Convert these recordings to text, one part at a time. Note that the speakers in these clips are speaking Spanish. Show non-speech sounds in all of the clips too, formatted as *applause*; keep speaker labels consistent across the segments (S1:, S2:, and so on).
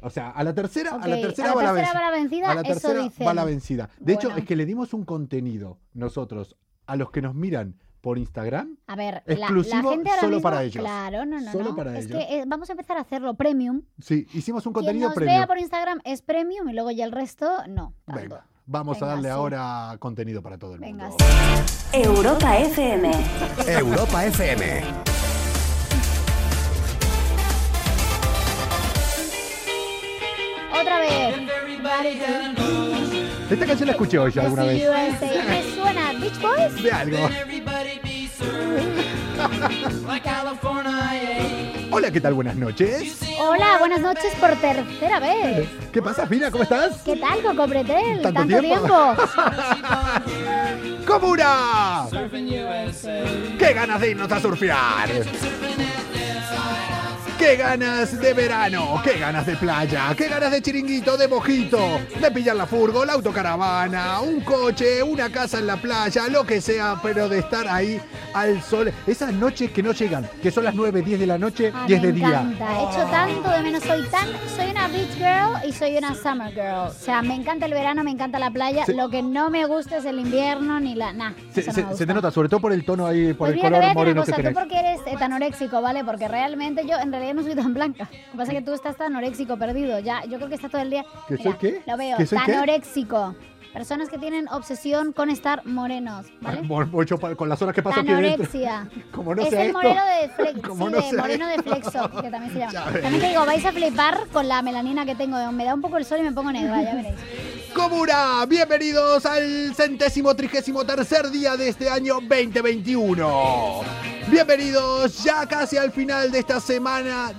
S1: O sea, a la tercera,
S2: Ok,
S1: a la tercera, va,
S2: tercera
S1: la
S2: va la vencida,
S1: vencida. A la
S2: eso
S1: tercera
S2: dicen.
S1: va la vencida. De hecho,
S2: Bueno.
S1: es que le dimos un contenido nosotros a los que nos miran por Instagram.
S2: A ver, la- la,
S1: Exclusivo
S2: gente ahora
S1: solo
S2: mismo-
S1: para ellos.
S2: Claro, no, no,
S1: Solo
S2: no.
S1: para
S2: es
S1: ellos.
S2: que eh, vamos a empezar a hacerlo premium.
S1: Sí, hicimos un
S2: Quien
S1: contenido
S2: nos
S1: premium.
S2: vea por Instagram es premium y luego ya el resto no. tanto.
S1: Venga, vamos
S2: Venga,
S1: a darle
S2: sí.
S1: ahora contenido para todo el
S2: Venga,
S1: mundo.
S2: sí.
S3: Europa FM.
S4: Europa FM.
S2: Otra vez.
S1: Esta canción la escuché hoy ya alguna vez.
S2: USA. ¿Qué suena? ¿Beach Boys?
S1: De algo. Hola, ¿qué tal? Buenas noches.
S2: Hola, buenas noches por tercera vez.
S1: ¿Qué pasa, Fina? ¿Cómo estás?
S2: ¿Qué tal, Coco Pretel?
S1: ¿Tanto tiempo? *laughs* ¡Comuna! ¡Qué ganas de irnos a surfear! ¡Qué ganas de verano! ¡Qué ganas de playa! ¡Qué ganas de chiringuito, de mojito! De pillar la furgo, la autocaravana, un coche, una casa en la playa, lo que sea, pero de estar ahí al sol. Esas noches que no llegan, que son las 9, 10 de la noche,
S2: Ah,
S1: 10
S2: me
S1: de día.
S2: encanta. He hecho tanto de menos. Soy tan, soy una beach girl y soy una summer girl. O sea, me encanta el verano, me encanta la playa.
S1: Sí.
S2: Lo que no me gusta es el invierno ni la. Nah,
S1: Se,
S2: eso
S1: se-
S2: no me
S1: se
S2: gusta.
S1: te nota, sobre todo por el tono ahí, por
S2: Pues
S1: el
S2: mira, te voy
S1: color
S2: a decir una
S1: moreno que
S2: cosa, tú
S1: tenés.
S2: porque eres eh, tan anoréxico, ¿vale? Porque realmente yo en realidad no soy tan blanca. Lo que pasa es que tú estás tan anoréxico perdido. Ya, yo creo que está todo el día.
S1: ¿Que
S2: Mira,
S1: soy qué?
S2: Lo veo,
S1: ¿Que soy qué?
S2: tanoréxico. Personas que tienen obsesión con estar morenos,
S1: *laughs*
S2: ¿vale?
S1: Mo- mucho pa- con las horas que Ah, paso aquí dentro.
S2: Tanorexia.
S1: *laughs* Como no
S2: es
S1: sea
S2: el
S1: esto.
S2: moreno de
S1: *laughs*
S2: flexo.
S1: Como no sea
S2: moreno de
S1: esto.
S2: flexo,
S1: *laughs*
S2: que también se
S1: Ya
S2: llama.
S1: ves.
S2: También te digo, vais a flipar con la melanina que tengo. Me da un poco el sol y me pongo negra,
S1: *laughs*
S2: ya veréis.
S1: Comuna, bienvenidos al centésimo trigésimo tercer día de este año 2021. Bienvenidos ya casi al final de esta semana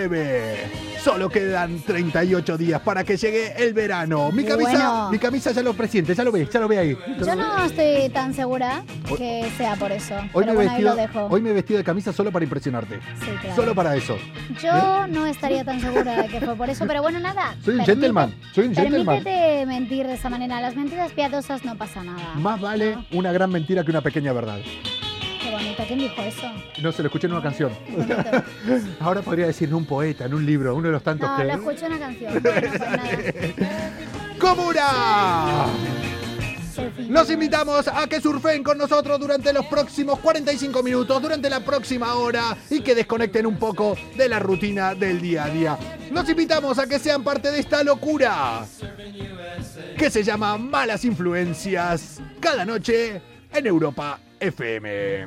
S1: 19. Solo quedan 38 días para que llegue el verano. Mi camisa,
S2: Bueno.
S1: mi camisa ya lo presiente, ya lo ve, ya lo ve ahí. Ya lo
S2: Yo
S1: ve.
S2: no estoy tan segura que sea por eso.
S1: Hoy
S2: pero
S1: me, he
S2: bueno,
S1: vestido,
S2: ahí lo dejo.
S1: hoy me he vestido de camisa solo para impresionarte.
S2: Sí, claro.
S1: Solo para eso.
S2: Yo no estaría tan segura de que fue por eso, pero bueno, nada.
S1: *laughs* Soy un
S2: permite-
S1: gentleman, soy un gentleman.
S2: Permítete mentir de esa manera. Las mentiras piadosas no pasa nada.
S1: Más vale
S2: No,
S1: una gran mentira que una pequeña verdad.
S2: Qué bonito. ¿Quién dijo
S1: *laughs*
S2: eso?
S1: No se lo escuché en una canción.
S2: Qué bonito.
S1: Ahora podría decir en un poeta, en un libro, uno de los tantos
S2: No,
S1: que.
S2: lo escuché en una canción. Bueno,
S1: *laughs*
S2: pues nada.
S1: ¡Comuna!
S2: Selfie.
S1: Los invitamos a que surfen con nosotros durante los próximos 45 minutos, durante la próxima hora y que desconecten un poco de la rutina del día a día. Los invitamos a que sean parte de esta locura que se llama Malas Influencias cada noche en Europa FM.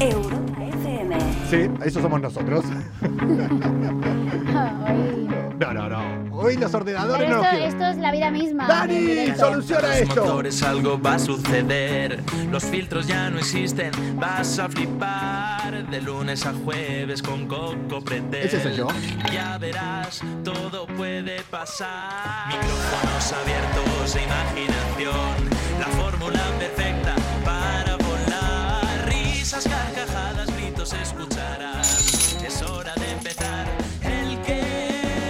S3: Europa FM.
S1: Sí, eso somos nosotros. *laughs*
S2: Ah, Ay.
S1: No, no, no. Hoy los
S2: Pero
S1: ordenadores no
S2: esto,
S1: nos quieren.
S2: esto es la vida misma. en
S1: ¡Dani!
S2: directo.
S1: ¡Soluciona
S5: Los
S1: esto!
S5: motores algo va a suceder. Los filtros ya no existen. Vas a flipar de lunes a jueves con Coco Pretel.
S1: Ese soy yo.
S5: Ya verás, todo puede pasar. Micrófonos abiertos e imaginación. La fórmula perfecta para volar. Risas, carcajadas, gritos escucharás. Es hora de empezar el que.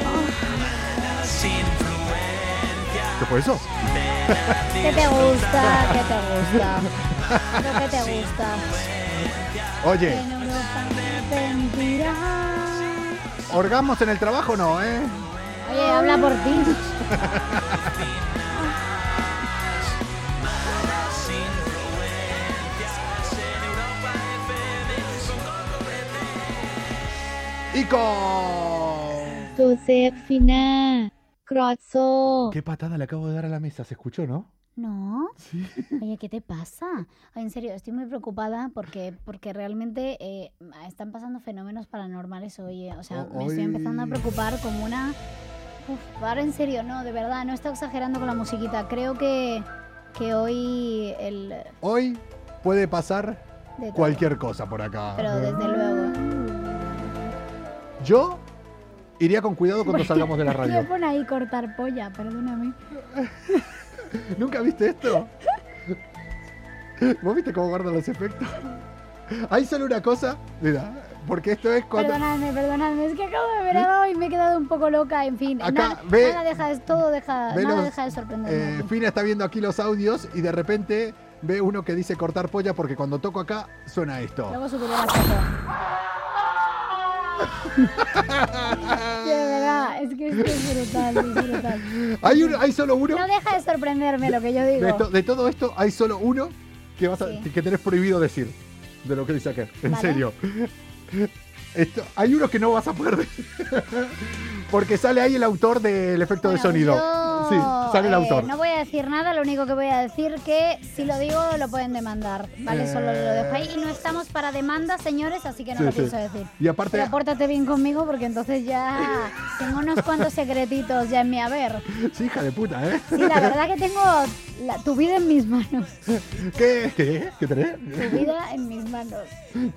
S1: Ah.
S5: Malas influencias.
S1: ¿Qué fue eso?
S2: ¿Qué te gusta? ¿Qué te
S1: *laughs*
S2: gusta? ¿Lo que te gusta?
S1: Oye.
S2: En Europa sentirás.
S1: Orgamos en el trabajo no, ¿eh?
S2: Oye, habla por ti.
S1: Y con...
S6: ตูเซฟฟิน่ากรอดโซ
S1: Qué patada le acabo de dar a la mesa, se escuchó, ¿no?
S2: No.
S1: *laughs*
S2: Oye, ¿qué te pasa? Ay, En serio, estoy muy preocupada porque, porque realmente eh, están pasando fenómenos paranormales hoy. eh. O sea,
S1: O-
S2: me estoy empezando a
S1: hoy-
S2: preocupar como una... Uf, ahora en serio, no, de verdad, no estoy exagerando con la musiquita. Creo que, que hoy el... de
S1: Hoy puede pasar
S2: todo.
S1: cualquier cosa por acá.
S2: Pero desde luego.
S1: Yo iría con cuidado cuando salgamos de
S2: *laughs*
S1: la radio. *laughs*
S2: Me pone ahí cortar polla, perdóname.
S1: ¿Nunca viste esto? ¿Vos viste cómo guardan los efectos? Hay solo una cosa, mira, porque esto es cuando...
S2: Perdonadme, perdonadme, es que acabo de ver algo y me he quedado un poco loca, en fin.
S1: Acá,
S2: nada,
S1: ve-
S2: nada deja, de- todo deja,
S1: ve
S2: nada
S1: los,
S2: deja de sorprenderme.
S1: Eh,
S2: aquí.
S1: Fina está viendo aquí los audios y de repente ve uno que dice cortar polla porque cuando toco acá suena esto. *laughs*
S2: Luego subiré la foto. De verdad, es que es, que es brutal, es brutal.
S1: ¿Hay, uno- hay solo uno?
S2: No deja de sorprenderme lo que yo digo.
S1: De, to- de todo esto hay solo uno que, vas a-
S2: Sí.
S1: que tenés prohibido decir de lo que dice acá. En
S2: Vale.
S1: serio. Esto- hay uno que no vas a poder decir. *laughs* Porque sale ahí el autor del efecto de
S2: Bueno,
S1: sonido.
S2: yo,
S1: sí, sale el
S2: eh,
S1: autor.
S2: No voy a decir nada, lo único que voy a decir que si lo digo lo pueden demandar, ¿vale? Solo lo dejo ahí. Y no estamos para demanda, señores, así que
S1: Eh.
S2: no
S1: Sí,
S2: lo
S1: sí.
S2: pienso decir.
S1: Y aparte,
S2: Pero pórtate bien conmigo porque entonces ya tengo unos cuantos secretitos ya en mi haber.
S1: sí, hija de puta, ¿eh?
S2: Sí, la verdad que tengo la- tu vida en mis manos.
S1: ¿Qué? ¿Qué? ¿Qué tenés?
S2: Tu vida en mis manos.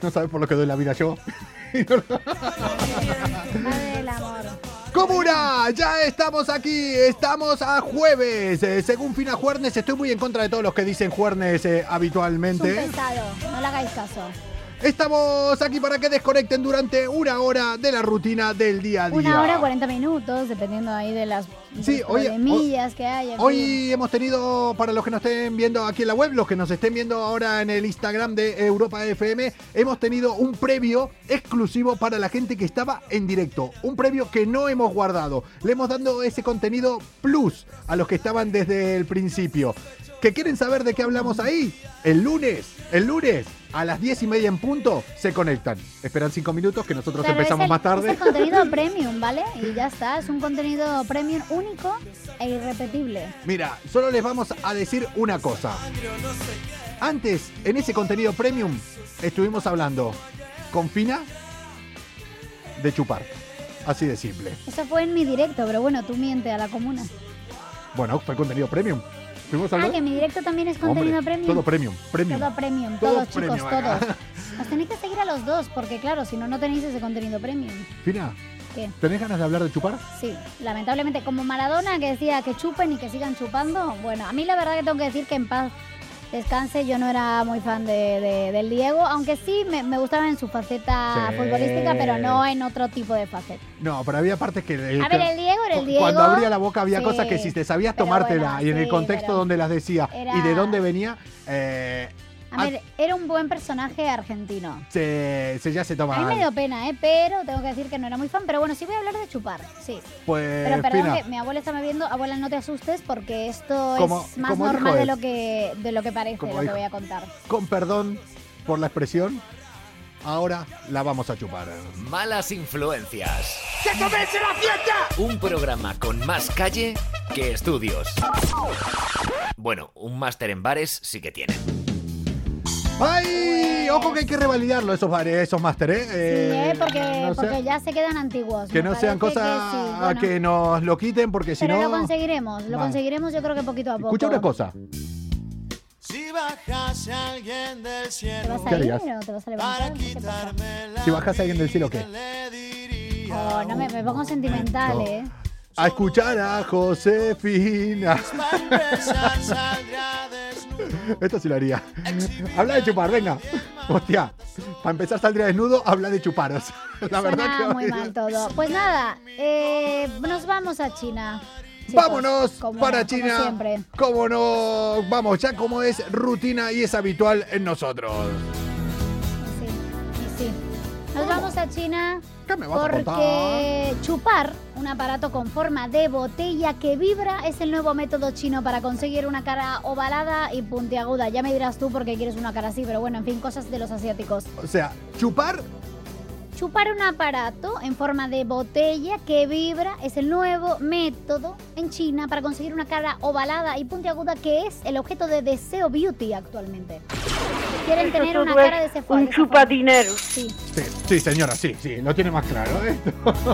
S1: No sabes por lo que doy la vida yo. Y no lo-
S2: Madre del amor.
S1: Comuna, ya estamos aquí, estamos a jueves. Eh, según Fina Juernes, estoy muy en contra de todos los que dicen Juernes eh,
S2: Es un
S1: habitualmente.
S2: pesado, no le hagáis caso.
S1: Estamos aquí para que desconecten durante una hora de la rutina del día a día.
S2: Una hora 40 minutos, dependiendo ahí de las
S1: Sí,
S2: de
S1: hoy-
S2: millas que hay. en fin.
S1: Hoy hemos tenido, para los que nos estén viendo aquí en la web, los que nos estén viendo ahora en el Instagram de Europa FM, hemos tenido un previo exclusivo para la gente que estaba en directo. Un previo que no hemos guardado. Le hemos dado ese contenido plus a los que estaban desde el principio. ¿Que quieren saber de qué hablamos ahí? El lunes, el lunes. A las 10 y media en punto se conectan. Esperan 5 minutos que nosotros
S2: Claro,
S1: empezamos
S2: es el-
S1: más tarde.
S2: Es el contenido premium, ¿vale? Y ya está, es un contenido premium único e irrepetible.
S1: Mira, solo les vamos a decir una cosa. Antes, en ese contenido premium, estuvimos hablando con Fina de chupar. Así de simple.
S2: Eso fue en mi directo, pero bueno, tú miente a la comuna.
S1: Bueno, fue contenido premium. Estuvimos
S2: Ah,
S1: hablando.
S2: que mi directo también es
S1: Hombre,
S2: contenido premium.
S1: Todo premium, premium.
S2: Todo premium,
S1: Todo
S2: todos chicos,
S1: premium acá.
S2: todos. Os tenéis que seguir a los dos, porque claro, si no, no tenéis ese contenido premium.
S1: Fina,
S2: ¿Qué?
S1: ¿tenés ganas de hablar de chupar?
S2: Sí, lamentablemente, como Maradona que decía que chupen y que sigan chupando, bueno, a mí la verdad que tengo que decir que en paz descanse, yo no era muy fan de, de- del Diego, aunque sí me, me gustaba en su faceta
S1: Sí.
S2: futbolística, pero no en otro tipo de faceta.
S1: No, pero había partes que.
S2: A ver, el Diego era el Diego.
S1: Cuando abría la boca había
S2: Sí,
S1: cosas que si te sabías
S2: pero
S1: tomártela
S2: bueno,
S1: y en el
S2: sí,
S1: contexto
S2: pero-
S1: donde las decía y de
S2: era-
S1: dónde venía, eh,
S2: A ver, era un buen personaje argentino.
S1: se, se- ya se
S2: A mí
S1: tomaba.
S2: me dio pena, ¿eh? Pero tengo que decir que no era muy fan. Pero bueno, sí voy a hablar de chupar, sí.
S1: Pues,
S2: Pero perdón
S1: Fina.
S2: que mi abuela está me viendo. Abuela, no te asustes porque esto
S1: Como-
S2: es más
S1: como dijo
S2: normal de
S1: él.
S2: lo, que, de lo que parece,
S1: Como
S2: lo que
S1: dijo.
S2: voy a contar.
S1: con perdón por la expresión, ahora la vamos a chupar.
S7: Malas influencias. ¡Que comience la fiesta! Un programa con más calle que estudios. Bueno, un máster en bares sí que tienen.
S1: ¡Ay! Ojo que hay que revalidarlo esos bares, esos máster, ¿eh?
S2: Sí,
S1: Eh,
S2: ¿eh? porque,
S1: no sea-
S2: porque ya se quedan antiguos.
S1: que
S2: me
S1: no sean
S2: parece
S1: cosas
S2: que sí,
S1: a
S2: bueno.
S1: que nos lo quiten porque si
S2: Pero
S1: no...
S2: lo conseguiremos, lo
S1: Vale.
S2: conseguiremos yo creo que poquito a poco.
S1: Escucha una cosa.
S8: Si bajase alguien del
S2: ¿Te
S8: cielo
S2: vas
S1: ¿Qué
S2: a ir
S1: harías?
S2: o te vas a levantar?
S8: para
S2: No sé por qué.
S8: quitarme la
S1: Si bajas a alguien del cielo, ¿qué?
S8: vida, le diría
S2: Oh, no me, me pongo sentimental, ¿eh?
S1: A escuchar a Josefina. *laughs*
S8: para empezar saldría desnudo
S1: Esto sí lo haría. Habla de chupar, venga. Hostia. Para empezar saldría desnudo, habla de chuparos. *laughs* La verdad
S2: Suena
S1: que...
S2: muy mal todo. Pues nada, eh, nos vamos a China. chicos,
S1: Vámonos
S2: como-
S1: para
S2: como
S1: China.
S2: siempre.
S1: Como no, vamos ya como es rutina y es habitual en nosotros.
S2: Sí, y sí. Nos vamos a China
S1: ¿Qué me vas a contar?
S2: porque chupar un aparato con forma de botella que vibra es el nuevo método chino para conseguir una cara ovalada y puntiaguda. Ya me dirás tú por qué quieres una cara así, pero bueno, en fin, cosas de los asiáticos.
S1: O sea, chupar
S2: Chupar un aparato en forma de botella que vibra es el nuevo método en China para conseguir una cara ovalada y puntiaguda que es el objeto de Deseo Beauty actualmente. Quieren tener una cara de ese
S9: un chupadinero.
S2: Sí.
S1: Sí, sí, señora, sí, sí, lo tiene más claro. ¿eh?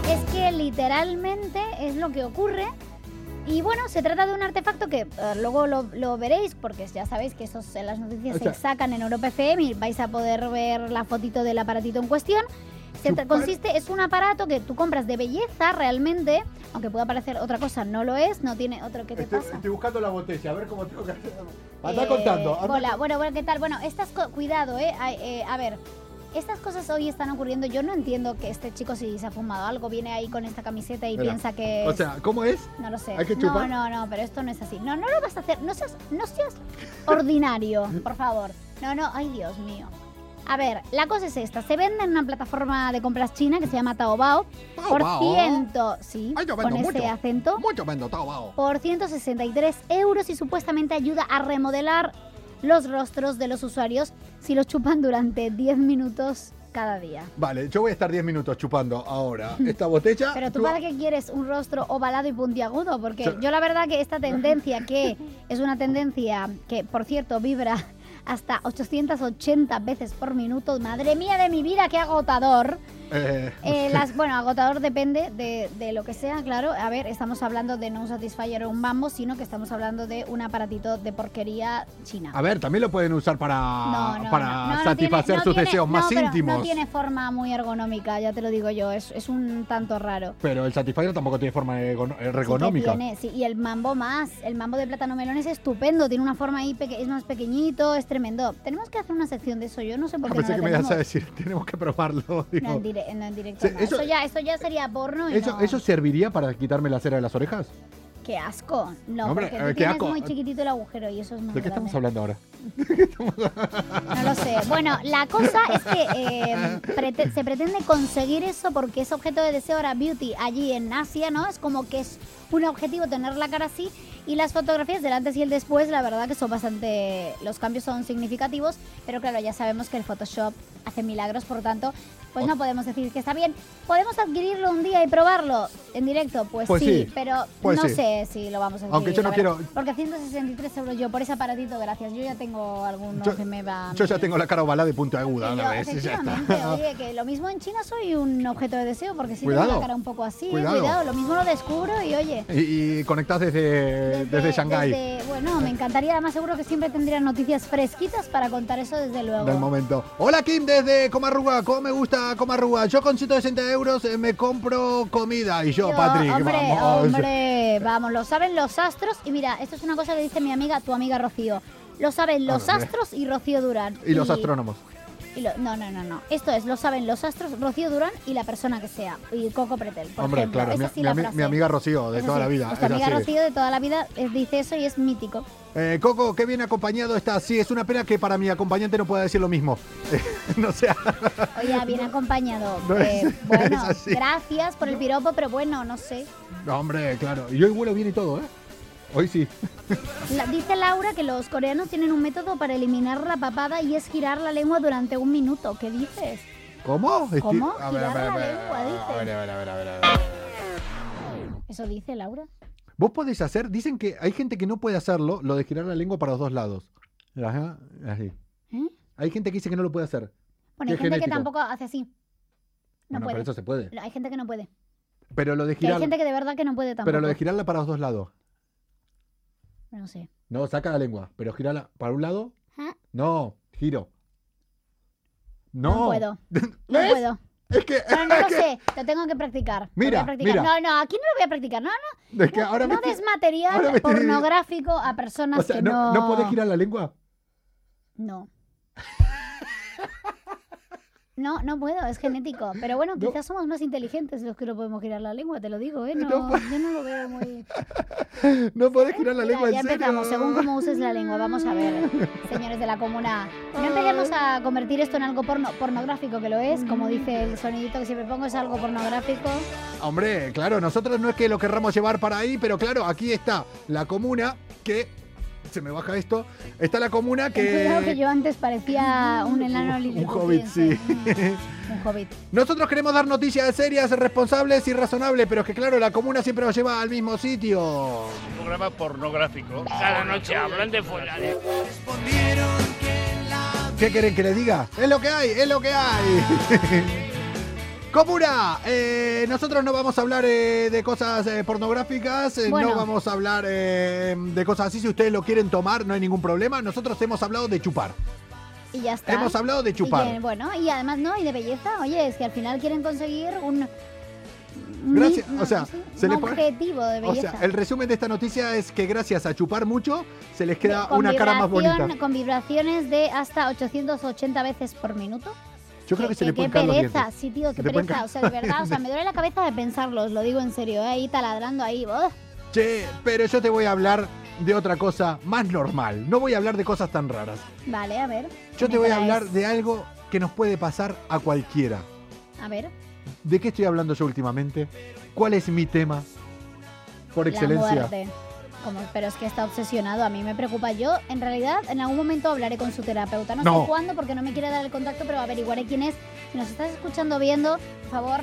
S2: Es que literalmente es lo que ocurre. Y bueno, se trata de un artefacto que eh, luego lo, lo veréis, porque ya sabéis que esos, eh, las noticias
S1: O sea-
S2: se sacan en Europa FM y vais a poder ver la fotito del aparatito en cuestión. Se tra-
S1: Chupar.
S2: consiste, es un aparato que tú compras de belleza realmente, aunque pueda parecer otra cosa, no lo es, no tiene otro que te
S1: Estoy,
S2: pasa.
S1: estoy buscando la botella, a ver cómo tengo que hacer. Anda
S2: Eh,
S1: contando. anda-
S2: hola, bueno, bueno, ¿qué tal? Bueno, estas co- cuidado, eh, ay, eh, a ver. Estas cosas hoy están ocurriendo. Yo no entiendo que este chico si se ha fumado algo, viene ahí con esta camiseta y
S1: Espera.
S2: piensa que
S1: O
S2: es-
S1: sea, ¿cómo es?
S2: no lo sé.
S1: hay que chupar.
S2: No, no, no, pero esto no es así. No, no lo
S1: *laughs*
S2: vas a hacer. No seas no seas ordinario, por favor. No, no, ay, Dios mío. A ver, la cosa es esta. Se vende en una plataforma de compras china que se llama Taobao. Por
S1: Taobao.
S2: ciento, sí,
S1: Ay, yo
S2: con
S1: vendo
S2: ese
S1: mucho.
S2: acento.
S1: Mucho vendo Taobao.
S2: Por 163 euros y supuestamente ayuda a remodelar los rostros de los usuarios si los chupan durante 10 minutos cada día.
S1: Vale, yo voy a estar 10 minutos chupando
S2: *laughs*
S1: ahora esta botella.
S2: Pero tú
S1: Tú-
S2: para qué quieres un rostro ovalado y puntiagudo, porque
S1: Sí.
S2: yo la verdad que esta tendencia, que es una tendencia que por cierto vibra hasta 880 veces por minuto, madre mía de mi vida, qué agotador.
S1: Eh,
S2: Eh, las, bueno, agotador depende de, de lo que sea, claro. A ver, estamos hablando de no un Satisfyer o un Bambo, sino que estamos hablando de un aparatito de porquería china.
S1: A ver, también lo pueden usar para,
S2: No,
S1: Ah,
S2: no,
S1: para
S2: no, no, no
S1: satisfacer
S2: tiene- no
S1: sus
S2: tiene-
S1: deseos más
S2: no, pero
S1: íntimos.
S2: No tiene forma muy ergonómica, ya te lo digo yo, es, es un tanto raro.
S1: Pero el Satisfyer tampoco tiene forma ergon-
S2: Sí que
S1: ergonómica.
S2: tiene, sí, y el mambo más, el mambo de plátano melón es estupendo, tiene una forma ahí, peque- es más pequeñito, es tremendo. Tenemos que hacer una sección de eso, yo no sé por
S1: Ah,
S2: qué no
S1: pensé
S2: la
S1: que me ibas a
S2: tenemos.
S1: decir, *laughs* tenemos que probarlo. digo.
S2: No, en, dire- no, en directo.
S1: Sí,
S2: no.
S1: eso-
S2: Eso, ya, eso ya sería porno y
S1: ¿Eso,
S2: no.
S1: ¿Eso serviría para quitarme la cera de las orejas?
S2: Qué asco. No,
S1: No, hombre,
S2: porque
S1: eh,
S2: tú
S1: qué
S2: tienes
S1: asco.
S2: muy chiquitito el agujero y eso es muy
S1: ¿De qué estamos
S2: grande.
S1: hablando ahora?
S2: No lo sé. Bueno, la cosa es que eh, prete- se pretende conseguir eso porque es objeto de deseo ahora beauty allí en Asia, ¿no? Es como que es un objetivo tener la cara así y las fotografías del antes y el después, la verdad que son bastante, los cambios son significativos, pero claro, ya sabemos que el Photoshop hace milagros, por tanto, pues
S1: Oh.
S2: no podemos decir que está bien. ¿Podemos adquirirlo un día y probarlo en directo? Pues,
S1: Pues
S2: sí,
S1: sí.
S2: pero
S1: Pues
S2: no
S1: sí.
S2: sé si lo vamos a adquirir.
S1: Aunque yo no
S2: la verdad.
S1: quiero-
S2: Porque 163 euros yo por ese aparatito, gracias. Yo ya tengo alguno
S1: Yo-
S2: que me va...
S1: Yo ya tengo la cara ovalada de punta aguda,
S2: Sí,
S1: una
S2: yo,
S1: vez. y ya está.
S2: efectivamente, oye, que lo mismo en China soy un objeto de deseo, porque si tengo
S1: Cuidado.
S2: la cara un poco así, eh,
S1: Cuidado.
S2: cuidado. lo mismo lo descubro y oye.
S1: *laughs* Y, y conectás desde, desde, Shanghái.
S2: desde- bueno, me encantaría, además seguro que siempre tendría noticias fresquitas para contar eso desde luego.
S1: Del momento. Hola Kim desde Comarruga, ¿cómo me gusta Comarruga? Yo con 160 euros eh, me compro comida y yo,
S2: Yo,
S1: Patrick,
S2: hombre,
S1: vamos.
S2: hombre, vamos, lo saben los astros y mira, esto es una cosa que dice mi amiga, tu amiga Rocío. Lo saben los
S1: Hombre.
S2: astros y Rocío Durán.
S1: *laughs* Y los astrónomos.
S2: y lo- no, no, no, no. Esto es, lo saben los astros, Rocío Durán y la persona que sea. Y Coco Pretel. por
S1: Hombre,
S2: ejemplo.
S1: claro, mi,
S2: Esa sí
S1: mi
S2: la
S1: ami-
S2: frase.
S1: mi amiga Rocío de
S2: Eso
S1: toda
S2: sí,
S1: la vida.
S2: Nuestra
S1: es
S2: amiga
S1: así.
S2: Rocío de toda la vida eh, dice eso y
S1: *laughs*
S2: es mítico.
S1: Eh, Coco, qué bien acompañado está. Sí, es una pena que para mi acompañante no pueda decir lo mismo. *laughs* no sea.
S2: Oye, bien acompañado.
S1: no
S2: Eh,
S1: es- *laughs*
S2: bueno,
S1: es así.
S2: gracias por el piropo, pero bueno, no sé.
S1: No, hombre, claro. Y hoy vuelo bien y todo, ¿eh? Hoy sí.
S2: La- dice Laura que los coreanos tienen un método para eliminar la papada y es girar la lengua durante un minuto. ¿Qué dices?
S1: ¿Cómo? Esti-
S2: ¿Cómo?
S1: Este, A ver, a ver, a
S2: Girar la
S1: ver,
S2: lengua, dice.
S1: a ver, a ver, a ver, a ver, a ver.
S2: Eso dice Laura. ¿Eh?
S1: Vos podés hacer, dicen que hay gente que no puede hacerlo, lo de girar la lengua para los dos lados. Ajá, así.
S2: ¿Eh?
S1: Hay gente que dice que no lo puede hacer.
S2: Bueno,
S1: Qué
S2: hay gente que
S1: genético.
S2: tampoco hace así. No
S1: bueno,
S2: puede.
S1: pero eso se puede.
S2: Hay gente que no puede.
S1: Pero lo de
S2: Que hay
S1: girar,
S2: gente que de verdad que no puede tampoco.
S1: pero lo de girarla para los dos lados.
S2: No sé.
S1: No, saca la lengua, pero girala para un lado.
S2: Ajá.
S1: No, giro. No.
S2: No puedo. No
S1: ¿Ves?
S2: puedo.
S1: Es que,
S2: No, no
S1: es *laughs*
S2: lo
S1: que-
S2: sé. Lo tengo que practicar. Lo
S1: Mira,
S2: voy a practicar.
S1: mira.
S2: No, no, aquí no lo voy a practicar. No, no.
S1: es que ahora
S2: no
S1: me-
S2: des material
S1: ahora me-
S2: pornográfico a personas
S1: o sea,
S2: que
S1: no,
S2: no.
S1: no podés girar la lengua.
S2: No. No, no puedo, es genético. Pero bueno,
S1: No.
S2: quizás somos más inteligentes los que no podemos girar la lengua, te lo digo, ¿eh? No,
S1: No po-
S2: yo no lo veo muy.
S1: *laughs* No podés girar la
S2: Mira,
S1: lengua en
S2: ya
S1: serio.
S2: empezamos, según cómo uses la lengua. Vamos
S1: *laughs*
S2: a ver, señores de la comuna. No empecemos a convertir esto en algo porno, pornográfico, que lo es. Como dice el sonidito que siempre pongo, es algo pornográfico.
S1: Hombre, claro, nosotros no es que lo querramos llevar para ahí, pero claro, aquí está la comuna que se me baja esto. Está la comuna
S2: Ten cuidado que
S1: que
S2: yo antes parecía un enano
S1: un
S2: liliputiense.
S1: hobbit, sí.
S2: Mm, Un hobbit.
S1: *laughs* Nosotros queremos dar noticias serias, responsables y razonables, pero es que claro, la comuna siempre nos lleva al mismo sitio.
S9: programa pornográfico.
S1: ¿Qué quieren que les diga? Es lo que hay, es lo que hay. *laughs* Comuna, eh, nosotros no vamos a hablar eh, de cosas eh, pornográficas, eh, no
S2: Bueno.
S1: vamos a hablar eh, de cosas así. Si ustedes lo quieren tomar, no hay ningún problema. Nosotros hemos hablado de chupar.
S2: Y ya está.
S1: Hemos hablado de
S2: Y
S1: chupar.
S2: que, bueno, y además, ¿no? Y de belleza. Oye, es que al final quieren conseguir un. un
S1: Gracias,
S2: mi-
S1: o sea,
S2: sí,
S1: se
S2: un
S1: le pone-
S2: objetivo de
S1: O
S2: belleza.
S1: sea, el resumen de esta noticia es que gracias a chupar mucho se les queda
S2: Con
S1: una cara más
S2: vibración-
S1: bonita.
S2: Con vibraciones de hasta 880 veces por minuto.
S1: Yo creo que se le
S2: qué
S1: pueden caer los
S2: pereza,
S1: dientes.
S2: sí, tío,
S1: Se
S2: qué
S1: te pueden
S2: pereza.
S1: caer
S2: O sea, de verdad,
S1: *laughs*
S2: o sea, me duele la cabeza de pensarlo, os lo digo en serio, ¿eh? ahí taladrando ahí. ¡oh!
S1: Che, pero yo te voy a hablar de otra cosa más normal. No voy a hablar de cosas tan raras.
S2: Vale, a ver.
S1: Yo
S2: ¿qué
S1: te
S2: me
S1: voy a
S2: traes?
S1: hablar de algo que nos puede pasar a cualquiera.
S2: A ver,
S1: ¿De qué estoy hablando yo últimamente? ¿Cuál es mi tema? Por
S2: la
S1: excelencia.
S2: muerte. Como, pero es que está obsesionado, a mí me preocupa. Yo, en realidad, en algún momento hablaré con su terapeuta. No,
S1: No.
S2: sé cuándo porque no me quiere dar el contacto, pero averiguaré quién es. Si nos estás escuchando o viendo, por favor,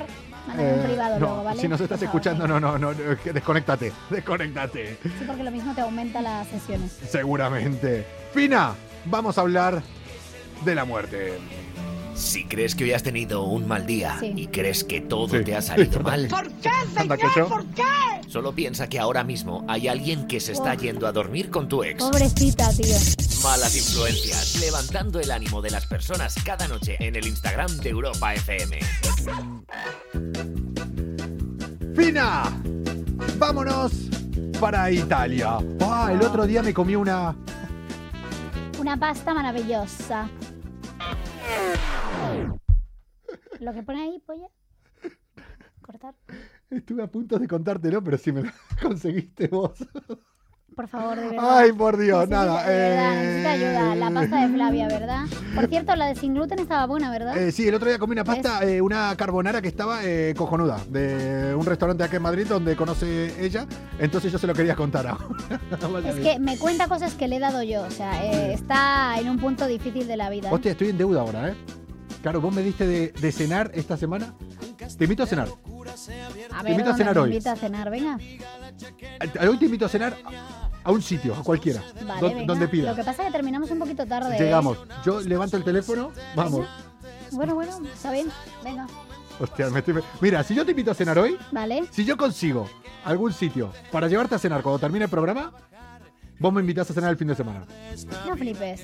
S2: mándame un
S1: Eh,
S2: privado
S1: no,
S2: luego, ¿vale?
S1: Si nos
S2: *laughs*
S1: estás
S2: Por favor,
S1: escuchando, no, no, no, no, que desconéctate, desconéctate,
S2: sí. Sí, porque lo mismo te aumenta las sesiones.
S1: seguramente. Fina, vamos a hablar de la muerte.
S7: Si crees que hoy has tenido un mal día
S2: Sí.
S7: y crees que todo
S1: Sí.
S7: te ha salido mal,
S1: Anda que yo.
S7: solo piensa que ahora mismo hay alguien que se está
S2: Oh.
S7: yendo a dormir con tu ex.
S2: Pobrecita, tío.
S7: Malas influencias, levantando el ánimo de las personas cada noche en el Instagram de Europa FM.
S1: Fina, vámonos para Italia. Ah, el otro día me comí una.
S2: Una pasta maravillosa. Lo que pone ahí, polla. Cortar.
S1: Estuve a punto de contártelo, pero si me la *laughs* conseguiste vos.
S2: Por favor, de verdad.
S1: Ay, por Dios,
S2: Necesita-
S1: nada.
S2: de Pues verdad, necesita
S1: eh,
S2: ayuda. La pasta de Flavia, ¿verdad? Por cierto, la de sin gluten estaba buena, ¿verdad?
S1: Eh, sí, el otro día comí una pasta, eh, una carbonara que estaba eh, cojonuda, de un restaurante aquí en Madrid donde conoce ella. Entonces yo se lo quería contar ahora. *laughs* Vaya
S2: es
S1: bien.
S2: que me cuenta cosas que le he dado yo. O sea, eh, está en un punto difícil de la vida.
S1: Hostia, estoy en deuda ahora, ¿eh? Claro, vos me diste de, de cenar esta semana. Te invito a cenar.
S2: A
S1: te invito a
S2: dona,
S1: cenar
S2: te
S1: hoy.
S2: invito a cenar, venga.
S1: A- Hoy te invito a cenar a- a un sitio, a cualquiera,
S2: Vale,
S1: don-
S2: venga.
S1: donde
S2: Lo que
S1: pidas.
S2: pasa es que terminamos un poquito tarde. ¿eh?
S1: Llegamos. Yo levanto el teléfono, vamos.
S2: Bueno, bueno, está bien. Venga,
S1: Hostia, me estoy... Mira, si yo te invito a cenar hoy,
S2: vale.
S1: Si yo consigo algún sitio para llevarte a cenar cuando termine el programa, vos me invitás a cenar el fin de semana.
S2: No flipes.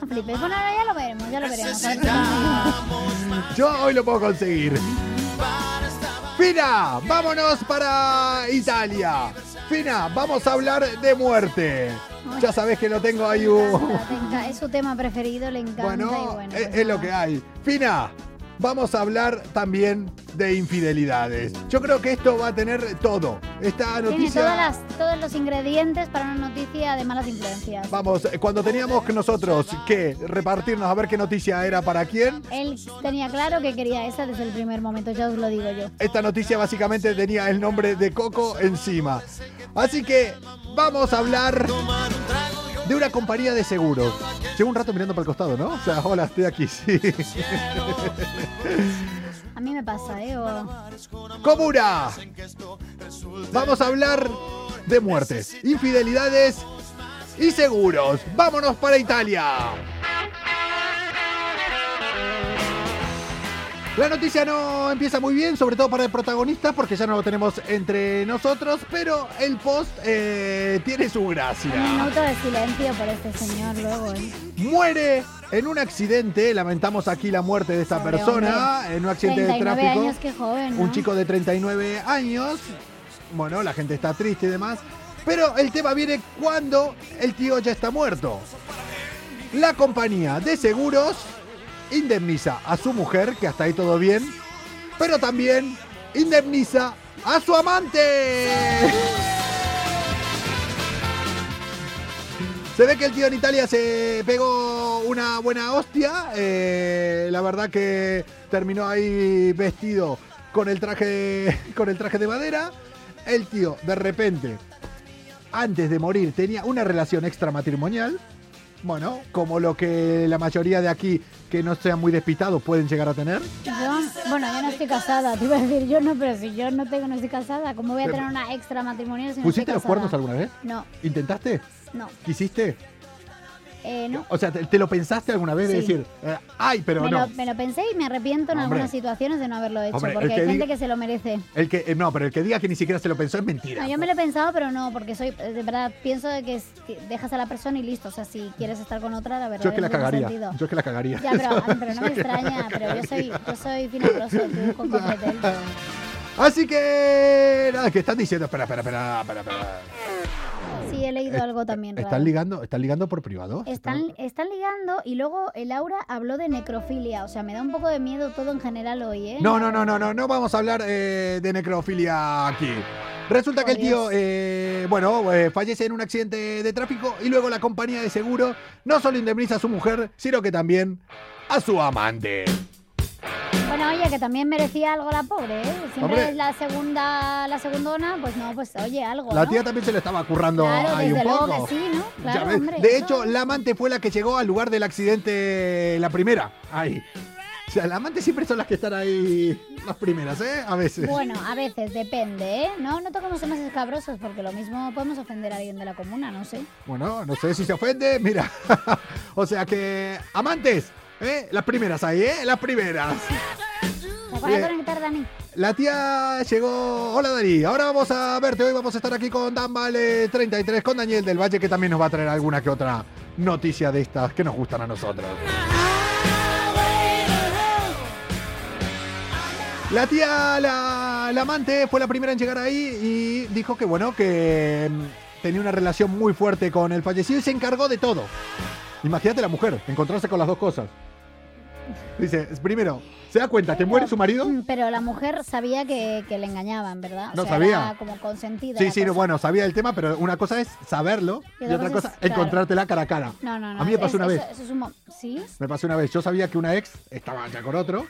S2: No flipes. Bueno, ahora ya lo veremos, ya lo veremos.
S1: Yo hoy lo puedo conseguir. Fina, vámonos para Italia. Fina, vamos a hablar de muerte. Ya sabés que lo tengo ahí.
S2: Le
S1: un-
S2: encanta, le enca- Es su tema preferido, le encanta.
S1: uh. *laughs*
S2: y
S1: Bueno,
S2: bueno,
S1: es,
S2: pues
S1: es lo
S2: nada.
S1: que hay. Fina, vamos a hablar también de infidelidades. Yo creo que esto va a tener todo. Esta
S2: Tiene
S1: noticia...
S2: todas las, todos los ingredientes para una noticia de malas influencias.
S1: Vamos, cuando teníamos que nosotros que repartirnos a ver qué noticia era para quién,
S2: Él tenía claro que quería esa desde el primer momento, ya os lo digo yo.
S1: esta noticia básicamente tenía el nombre de Coco encima. Así que vamos a hablar de una compañía de seguros. Llevo un rato mirando para el costado, ¿no? O sea, hola, estoy aquí, *laughs* sí.
S2: A mí me pasa, ¿eh? O-
S1: Comuna. Vamos a hablar de muertes, infidelidades y seguros. Vámonos para Italia. La noticia no empieza muy bien, sobre todo para el protagonista, porque ya no lo tenemos entre nosotros, pero el post eh, tiene su
S2: Un
S1: gracia.
S2: minuto de silencio por este señor luego, ¿eh?
S1: Muere en un accidente, lamentamos aquí la muerte de esta
S2: Pobre
S1: persona, en un accidente de
S2: 39
S1: tráfico.
S2: años, qué joven, ¿no?
S1: Un chico de 39 años. Bueno, la gente está triste y demás. Pero el tema viene cuando el tío ya está muerto. La compañía de seguros indemniza a su mujer, que hasta ahí todo bien, pero también indemniza a su amante. Se ve que el tío en Italia se pegó una buena hostia. eh, la verdad que terminó ahí vestido con el traje, *laughs* con el traje de madera. El tío, de repente, antes de morir, tenía una relación extramatrimonial. Bueno, como lo que la mayoría de aquí que no sean muy despistados pueden llegar a tener.
S2: Yo- bueno, yo no estoy casada, te iba a decir yo no, pero si yo no tengo, no estoy casada, ¿cómo voy a
S1: Pero-
S2: tener una extra matrimonial si no
S1: ¿Pusiste los
S2: estoy casada?
S1: cuernos alguna vez?
S2: No,
S1: ¿Intentaste?
S2: no,
S1: ¿Quisiste?
S2: eh, no.
S1: O sea, ¿te, te lo pensaste alguna vez de
S2: Sí.
S1: decir, eh, ay, pero
S2: Me
S1: no?
S2: lo, me lo pensé y me arrepiento en
S1: Hombre.
S2: algunas situaciones de no haberlo hecho,
S1: Hombre, el
S2: porque hay
S1: que
S2: gente
S1: diga-
S2: que se lo merece.
S1: El que, eh, no, pero el que diga que ni siquiera se lo pensó es mentira.
S2: No, yo me lo he pensado, pero no, porque soy, eh, de verdad, pienso de que es- que dejas a la persona y listo. O sea, si quieres estar con otra, la verdad.
S1: Yo es que la
S2: no tiene
S1: cagaría.
S2: sentido.
S1: Yo es que la cagaría. *laughs*
S2: Ya, pero, ah, pero no me extraña, pero yo soy, yo soy finabroso, tú
S1: *laughs*
S2: con cafetel.
S1: Así que nada, que están diciendo, espera, espera, espera, espera, espera.
S2: Sí, he leído algo también. raro.
S1: Están ligando, están ligando por privado.
S2: Están, están ligando y luego el Aura habló de necrofilia. O sea, me da un poco de miedo todo en general hoy, ¿eh?
S1: No, no, no, no, no, no vamos a hablar eh, de necrofilia aquí. Resulta que el
S2: Oh,
S1: tío,
S2: Dios.
S1: eh, bueno, eh, fallece en un accidente de tráfico y luego la compañía de seguro no solo indemniza a su mujer, sino que también a su amante.
S2: Bueno, oye, que también merecía algo la pobre, ¿eh? Siempre
S1: Hombre.
S2: es la segunda, la segundona, pues no, pues oye, algo,
S1: La
S2: ¿no?
S1: tía también se le estaba currando
S2: Claro,
S1: ahí
S2: desde
S1: un
S2: luego
S1: poco.
S2: que sí, ¿no?
S1: Ya
S2: Claro,
S1: ves.
S2: hombre,
S1: de
S2: eso-
S1: hecho, la amante fue la que llegó al lugar del accidente la primera. Ahí. O sea, la amante siempre son las que están ahí las primeras, ¿eh? A veces.
S2: Bueno, a veces, depende, ¿eh? No, no toquemos temas escabrosos, porque lo mismo podemos ofender a alguien de la comuna, no sé.
S1: Bueno, no sé si se ofende, mira. *laughs* o sea que, amantes, ¿eh? Las primeras ahí, ¿eh? Las primeras.
S2: ¿Te acuerdas
S1: Bien.
S2: conectar, Dani?
S1: La tía llegó. Hola Dani, ahora vamos a verte. Hoy vamos a estar aquí con Dan Vale 33, con Daniel del Valle, que también nos va a traer alguna que otra noticia de estas que nos gustan a nosotros. La tía, la, la amante, fue la primera en llegar ahí y dijo que bueno, que mm, tenía una relación muy fuerte con el fallecido y se encargó de todo. Imagínate la mujer, encontrarse con las dos cosas. Dice, primero, ¿se da cuenta que muere su marido?
S2: Mm, Pero la mujer sabía que, que le engañaban, ¿verdad? O
S1: No
S2: sea,
S1: sabía.
S2: era como consentida.
S1: Sí,
S2: la
S1: sí, no,
S2: cosa.
S1: bueno, sabía el tema, pero una cosa es saberlo y, otra cosa,
S2: es, claro.
S1: encontrártela cara a cara.
S2: No, no, no.
S1: A mí me pasó
S2: es-
S1: una
S2: eso-
S1: vez.
S2: eso es un mo- ¿Sí?
S1: Me pasó una vez. Yo sabía que una ex estaba ya con otro.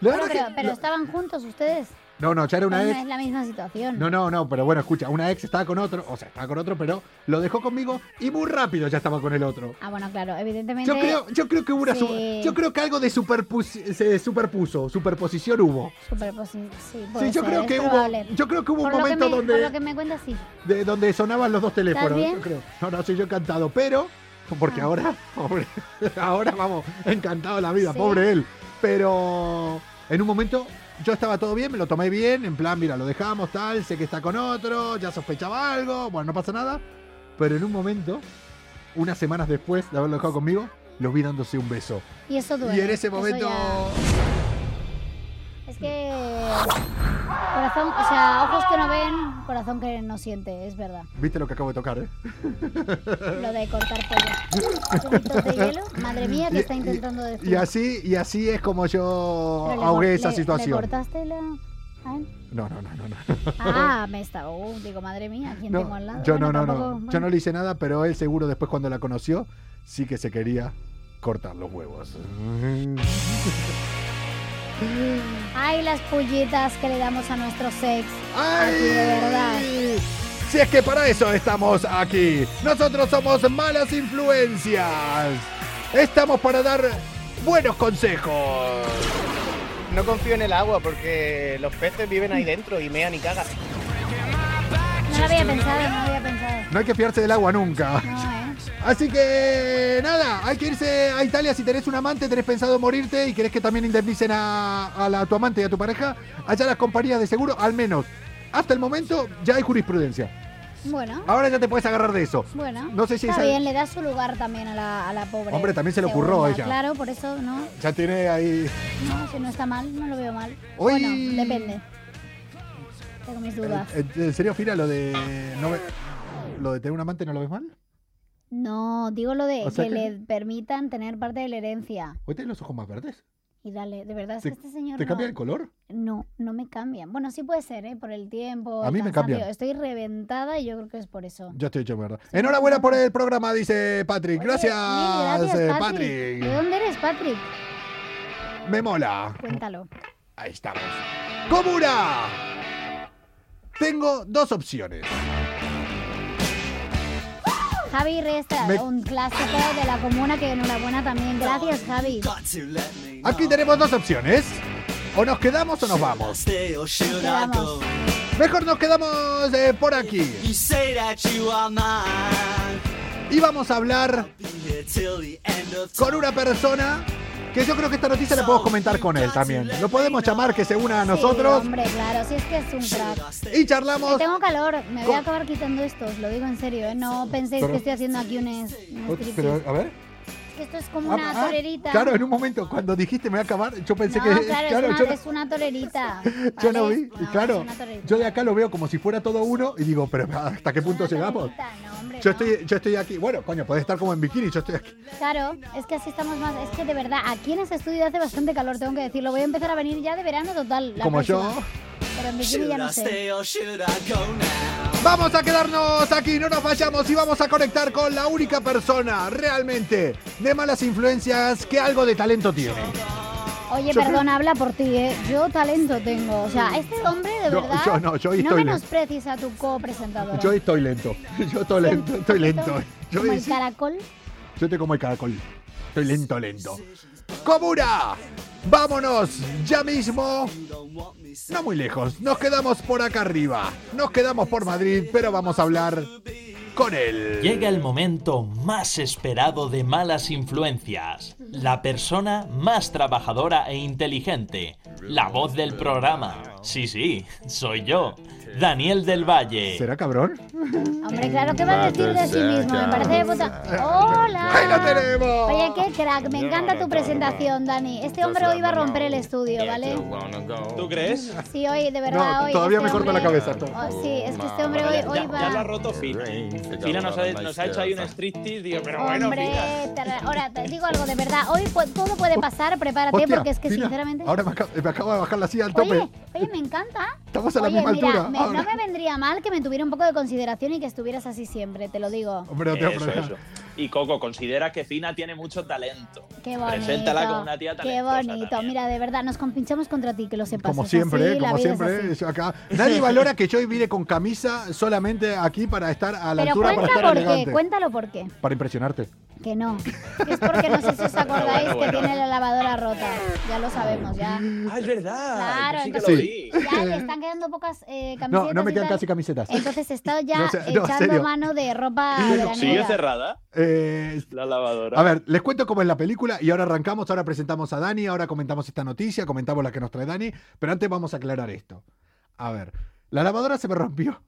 S1: La
S2: Bueno,
S1: verdad
S2: pero,
S1: que-
S2: pero
S1: lo-
S2: estaban juntos ustedes.
S1: No, no, ya era una
S2: No
S1: ex.
S2: es la misma situación.
S1: No, no, no, pero bueno, escucha, una ex estaba con otro, o sea, estaba con otro, pero lo dejó conmigo y muy rápido ya estaba con el otro.
S2: Ah, bueno, claro, evidentemente.
S1: Yo creo, yo creo que hubo una su-
S2: Sí.
S1: yo creo que algo de superpus- se superpuso, superposición hubo.
S2: superposi- sí,
S1: Sí,
S2: puede
S1: yo
S2: ser,
S1: creo
S2: es
S1: que
S2: probable.
S1: hubo, yo creo que hubo un
S2: Por lo que
S1: momento
S2: me-
S1: donde
S2: Por lo que me cuentas, sí.
S1: de donde sonaban los dos teléfonos,
S2: ¿Estás bien?
S1: yo creo. No, no, soy yo encantado, pero porque
S2: Ah.
S1: ahora, *laughs* pobre, ahora vamos, encantado de la vida,
S2: Sí.
S1: pobre él. Pero en un momento yo estaba todo bien, me lo tomé bien, en plan, mira, lo dejamos, tal, sé que está con otro, ya sospechaba algo, bueno, no pasa nada. Pero en un momento, unas semanas después de haberlo dejado conmigo, lo vi dándose un beso.
S2: Y eso duele.
S1: y en ese
S2: eso
S1: momento,
S2: ya- Es que. Corazón, o sea, ojos que no ven, corazón que no siente, es verdad.
S1: viste lo que acabo de tocar, ¿eh?
S2: Lo de cortar pollo. Cubitos de hielo, madre mía, que está
S1: Y- y-
S2: intentando decir.
S1: Y así, y así es como yo
S2: Pero le
S1: ahogué
S2: cor-
S1: esa
S2: le- ¿Le
S1: situación.
S2: cortaste la.? a él?
S1: No, no, no, no, no.
S2: Ah, me está. Uh, digo, madre mía, ¿quién
S1: No,
S2: tengo al lado?
S1: Yo
S2: Bueno,
S1: no, no, no.
S2: tampoco-
S1: Yo no
S2: bueno.
S1: le hice nada, pero él seguro después cuando la conoció, sí que se quería cortar los huevos.
S2: Ay, las pullitas que le damos a nuestro sex. Así de verdad.
S1: ¡Ay! Si es que para eso estamos aquí. Nosotros somos malas influencias. Estamos para dar buenos consejos.
S10: No confío en el agua porque los peces viven ahí dentro y mean y cagan.
S2: No lo había pensado, no lo había pensado.
S1: No hay que fiarse del agua nunca.
S2: No, ¿eh?
S1: Así que nada, hay que irse a Italia si tenés un amante, tenés pensado morirte y querés que también indemnicen a, a la- a tu amante y a tu pareja. Allá las compañías de seguro, al menos hasta el momento, ya hay jurisprudencia.
S2: Bueno,
S1: Ahora ya te puedes agarrar de eso.
S2: bueno.
S1: No sé si
S2: está
S1: esa-
S2: bien, le da su lugar también a la, a la pobre.
S1: Hombre, también se le ocurrió
S2: segunda.
S1: ella.
S2: Claro, por eso no,
S1: Ya tiene ahí.
S2: no, si no está mal, no lo veo mal.
S1: Hoy-
S2: Bueno, depende. Tengo mis dudas.
S1: Eh, ¿En serio, Fira, lo de. no ve- ¿Lo de tener un amante no lo ves mal?
S2: No, digo lo de
S1: o sea
S2: que,
S1: que-
S2: le permitan tener parte de la herencia.
S1: Hoy tenés los ojos más verdes.
S2: Y dale, de verdad es
S1: ¿Te-
S2: que este señor
S1: ¿Te
S2: no,
S1: cambia el color?
S2: no, no me cambian. Bueno, sí puede ser, ¿eh? Por el tiempo.
S1: A
S2: el
S1: mí me
S2: cansancio.
S1: cambian.
S2: Estoy reventada y yo creo que es por eso.
S1: Ya estoy hecho mierda. Enhorabuena por el programa, dice Patrick.
S2: Oye,
S1: gracias,
S2: mil gracias,
S1: eh,
S2: Patrick. ¿De
S1: Patrick.
S2: dónde eres, Patrick?
S1: Me mola.
S2: Cuéntalo.
S1: Ahí estamos. ¡Comuna! Tengo dos opciones.
S2: Javi Resta,
S1: Me-
S2: un clásico de la comuna que enhorabuena también. Gracias, Javi.
S1: Aquí tenemos dos opciones. O nos quedamos o nos vamos.
S2: Quedamos.
S1: Mejor nos quedamos eh, por aquí. Y vamos a hablar con una persona que yo creo que esta noticia la puedo comentar con él también. Lo podemos llamar que se una a
S2: Sí,
S1: nosotros
S2: hombre, claro, si es que es un crack.
S1: y
S2: Eh,
S1: charlamos.
S2: tengo calor, me voy
S1: Con-
S2: a acabar quitando estos, lo digo en serio, ¿eh? No penséis
S1: Pero-
S2: que estoy haciendo aquí un es. un striptease.
S1: a ver.
S2: Es que esto es como una
S1: Ah, ah,
S2: torerita.
S1: Claro, en un momento cuando dijiste me voy a acabar, yo pensé
S2: no,
S1: que. claro,
S2: claro, es, una,
S1: yo no-
S2: es una torerita.
S1: *laughs* Yo lo
S2: ¿vale?
S1: vi, y
S2: No, es
S1: claro,
S2: una torerita.
S1: yo de acá lo veo como si fuera todo uno y digo, pero ¿hasta qué punto
S2: Una
S1: llegamos?
S2: torerita, no, hombre,
S1: Yo
S2: no.
S1: estoy, yo estoy aquí, bueno, coño, podés estar como en bikini, yo estoy aquí.
S2: Claro, es que así estamos más. Es que de verdad, aquí en este estudio hace bastante calor, tengo que decirlo. Voy a empezar a venir ya de verano total. la
S1: Como yo.
S2: próxima. Pero en bikini ya no sé.
S1: Vamos a quedarnos aquí, no nos vayamos y vamos a conectar con la única persona realmente de malas influencias que algo de talento tiene.
S2: Oye,
S1: Yo
S2: perdón, habla por ti, ¿eh? Yo talento tengo. O sea, este hombre de
S1: Yo-
S2: verdad.
S1: yo no, yo hoy
S2: no
S1: estoy
S2: menosprecies a tu copresentador.
S1: Yo estoy lento, *laughs* yo estoy lento, estoy lento. ¿eh? Yo,
S2: Como el
S1: sí,
S2: caracol.
S1: yo te como el caracol. Estoy lento, lento. ¡Comuna! ¡Vámonos! Ya mismo. No muy lejos. Nos quedamos por acá arriba. Nos quedamos por Madrid, pero vamos a hablar con él.
S11: Llega el momento más esperado de malas influencias. La persona más trabajadora e inteligente. La voz del programa. Sí, sí, soy yo, Daniel del Valle.
S1: ¿Será cabrón?
S2: Hombre, claro que va a decir de sí mismo. Me parece de puta. ¡Hola!
S1: ¡Ahí lo tenemos!
S2: Oye, qué crack. Me encanta tu presentación, Dani. Este hombre hoy va a romper el estudio, ¿vale?
S11: ¿Tú crees?
S2: Sí, hoy, de verdad,
S1: No,
S2: hoy.
S1: todavía
S2: este
S1: me corta la
S2: hombre-
S1: cabeza, todo.
S2: Oh, sí, es que este hombre hoy, hoy va.
S11: Ya lo ha roto Fina. Fina nos ha, nos ha hecho ahí un striptease, digo, pero bueno,
S2: Hombre,
S11: Fina.
S2: te re- ahora te digo algo de verdad. Hoy pu- todo puede pasar, prepárate
S1: Hostia,
S2: porque es que
S1: Fina,
S2: sinceramente.
S1: Ahora me acabo, me acabo de bajar la silla al tope.
S2: Oye, oye, me encanta.
S1: Estamos a la
S2: Oye,
S1: misma
S2: mira,
S1: altura. Ah.
S2: me-
S1: ahora.
S2: no me vendría mal que me tuviera un poco de consideración y que estuvieras así siempre, te lo digo.
S1: Hombre, no te voy a
S11: Eso,
S1: probar.
S11: eso. Y Coco, considera que Fina tiene mucho talento.
S2: Qué bonito.
S11: Preséntala como una tía
S2: Qué
S11: talentosa.
S2: bonito. Mira, de verdad, nos compinchamos contra ti, que lo sepas.
S1: Como
S2: Es
S1: siempre,
S2: así,
S1: ¿eh?
S2: la
S1: como
S2: vida es
S1: siempre.
S2: así.
S1: ¿eh? Yo acá.
S2: *laughs*
S1: Nadie valora que yo hoy vine con camisa solamente aquí para estar a la
S2: Pero
S1: altura, para
S2: cuenta
S1: estar
S2: por
S1: elegante.
S2: qué, cuéntalo por qué.
S1: Para impresionarte.
S2: Que no.
S1: *laughs*
S2: Es porque no sé si os acordáis que tiene la lavadora rota. Ya lo sabemos, ya.
S11: Ah, es verdad.
S2: Claro,
S11: yo sí que lo
S2: entonces-
S11: vi.
S2: Ya le están quedando pocas eh, camisetas.
S1: No, no me
S2: y
S1: quedan
S2: tal.
S1: casi camisetas.
S2: Entonces
S1: *laughs*
S2: está ya
S1: No sé, no, en
S2: echando
S1: serio.
S2: mano de ropa veranera.
S11: ¿Sigue cerrada
S1: Eh,
S11: la lavadora?
S1: a ver, les cuento cómo es la película y ahora arrancamos, ahora presentamos a Dani, ahora comentamos esta noticia, comentamos la que nos trae Dani, pero antes vamos a aclarar esto. A ver, la lavadora se me rompió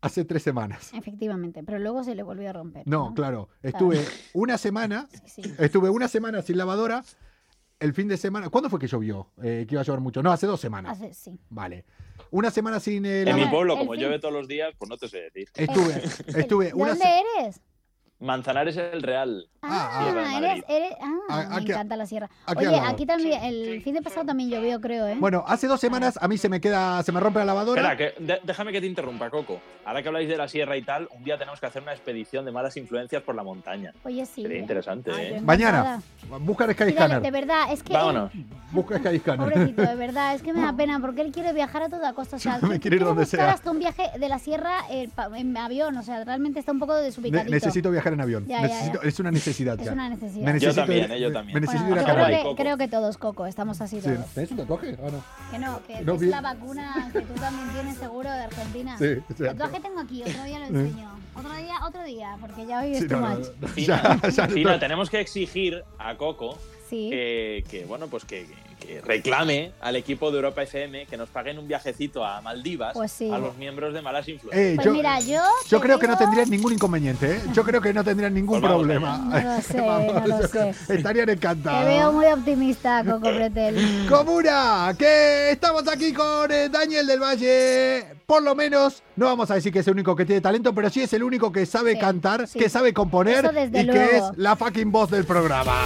S1: hace tres semanas.
S2: Efectivamente, pero luego se le volvió a romper.
S1: No, claro, estuve una semana
S2: Sí, sí.
S1: Estuve una semana sin lavadora. El fin de semana. ¿Cuándo fue que llovió? Eh, que iba a llover mucho. No, hace dos semanas.
S2: Hace- Ah, sí.
S1: Vale. Una semana sin eh,
S11: En mi
S1: lavadora.
S11: pueblo,
S2: el
S11: como
S2: fin-
S11: llueve todos los días, pues no te sé decir.
S1: Estuve,
S2: *laughs*
S1: estuve
S2: ¿De
S1: una
S2: dónde
S1: se-
S2: eres?
S11: Manzanares es el real.
S1: Ah,
S2: Ah,
S11: Sierra de
S2: eres,
S11: Madrid.
S2: eres- ah,
S1: A-
S2: me
S1: aquí-
S2: encanta la sierra.
S1: aquí al
S2: Oye,
S1: lado.
S2: aquí también, el fin de pasado también llovió, creo, ¿eh?
S1: Bueno, hace dos semanas a mí se me queda, se me rompe la lavadora.
S11: Espera, que, de- déjame que te interrumpa, Coco. Ahora que habláis de la sierra y tal, un día tenemos que hacer una expedición de malas influencias por la montaña.
S2: Oye, sí.
S11: Sería
S2: ¿eh?
S11: interesante,
S2: Ay, yo
S11: ¿eh?
S1: Mañana. Busca Sky
S2: Mira, de
S1: Scanner.
S2: verdad, es
S1: *laughs*
S2: que.
S11: Vámonos.
S1: Busca Sky *laughs* Scanner.
S2: Pobrecito, de verdad, es que me da pena porque él quiere viajar a toda costa. O sea,
S1: me
S2: ¿tú- tú
S1: quiero ir
S2: quieres
S1: donde
S2: buscar
S1: sea.
S2: hasta un viaje de la sierra eh, pa- en avión, o sea, realmente está un poco
S1: Ne-
S2: desubicadito.
S1: necesito viajar en avión.
S2: Ya, ya,
S1: Necesito- Es una necesidad
S2: Es
S1: ya.
S2: una necesidad.
S1: Me
S2: Yo
S1: necesito
S11: también,
S1: ir-
S11: eh, yo
S1: me-
S11: también.
S1: Me necesito ir
S2: Bueno,
S1: a
S2: yo creo
S11: Canadá.
S1: Canadá.
S2: que, creo que todos, Coco, estamos así
S1: Sí.
S2: todos.
S1: ¿Eso te coge? Ah, no.
S2: Que no, que
S1: No,
S2: es
S1: bien.
S2: la vacuna que tú también tienes seguro de Argentina.
S1: Sí,
S2: El
S1: o sea,
S2: tatuaje tengo aquí, otro día lo enseño. Otro día, otro día, porque ya hoy es
S1: Sí,
S2: too
S1: no, no,
S2: much.
S1: no.
S11: Fina,
S1: *laughs* Ya, ya no-
S11: Fina, tenemos que exigir a Coco
S2: Sí.
S11: que, que, bueno, pues que, que reclame al equipo de Europa FM que nos paguen un viajecito a Maldivas
S2: Pues sí.
S11: a los miembros de Malas Influencias.
S1: Eh,
S2: Pues
S1: yo,
S2: mira, yo.
S1: yo
S2: te
S1: creo que no
S2: digo-
S1: tendrían ningún inconveniente, ¿eh? Yo creo que no tendrían ningún
S11: Pues vamos
S1: problema.
S2: allá. *laughs* No
S1: *laughs*
S2: lo sé, no lo
S1: yo creo-
S2: sé.
S1: *laughs* Estarían encantados.
S2: Te veo muy optimista, Coco Pretel.
S1: Comuna, que estamos aquí con eh, Daniel del Valle. Por lo menos, no vamos a decir que es el único que tiene talento, pero sí es el único que sabe
S2: Sí,
S1: cantar,
S2: sí.
S1: que sabe componer
S2: Eso desde
S1: y que es
S2: luego.
S1: la fucking voz del programa.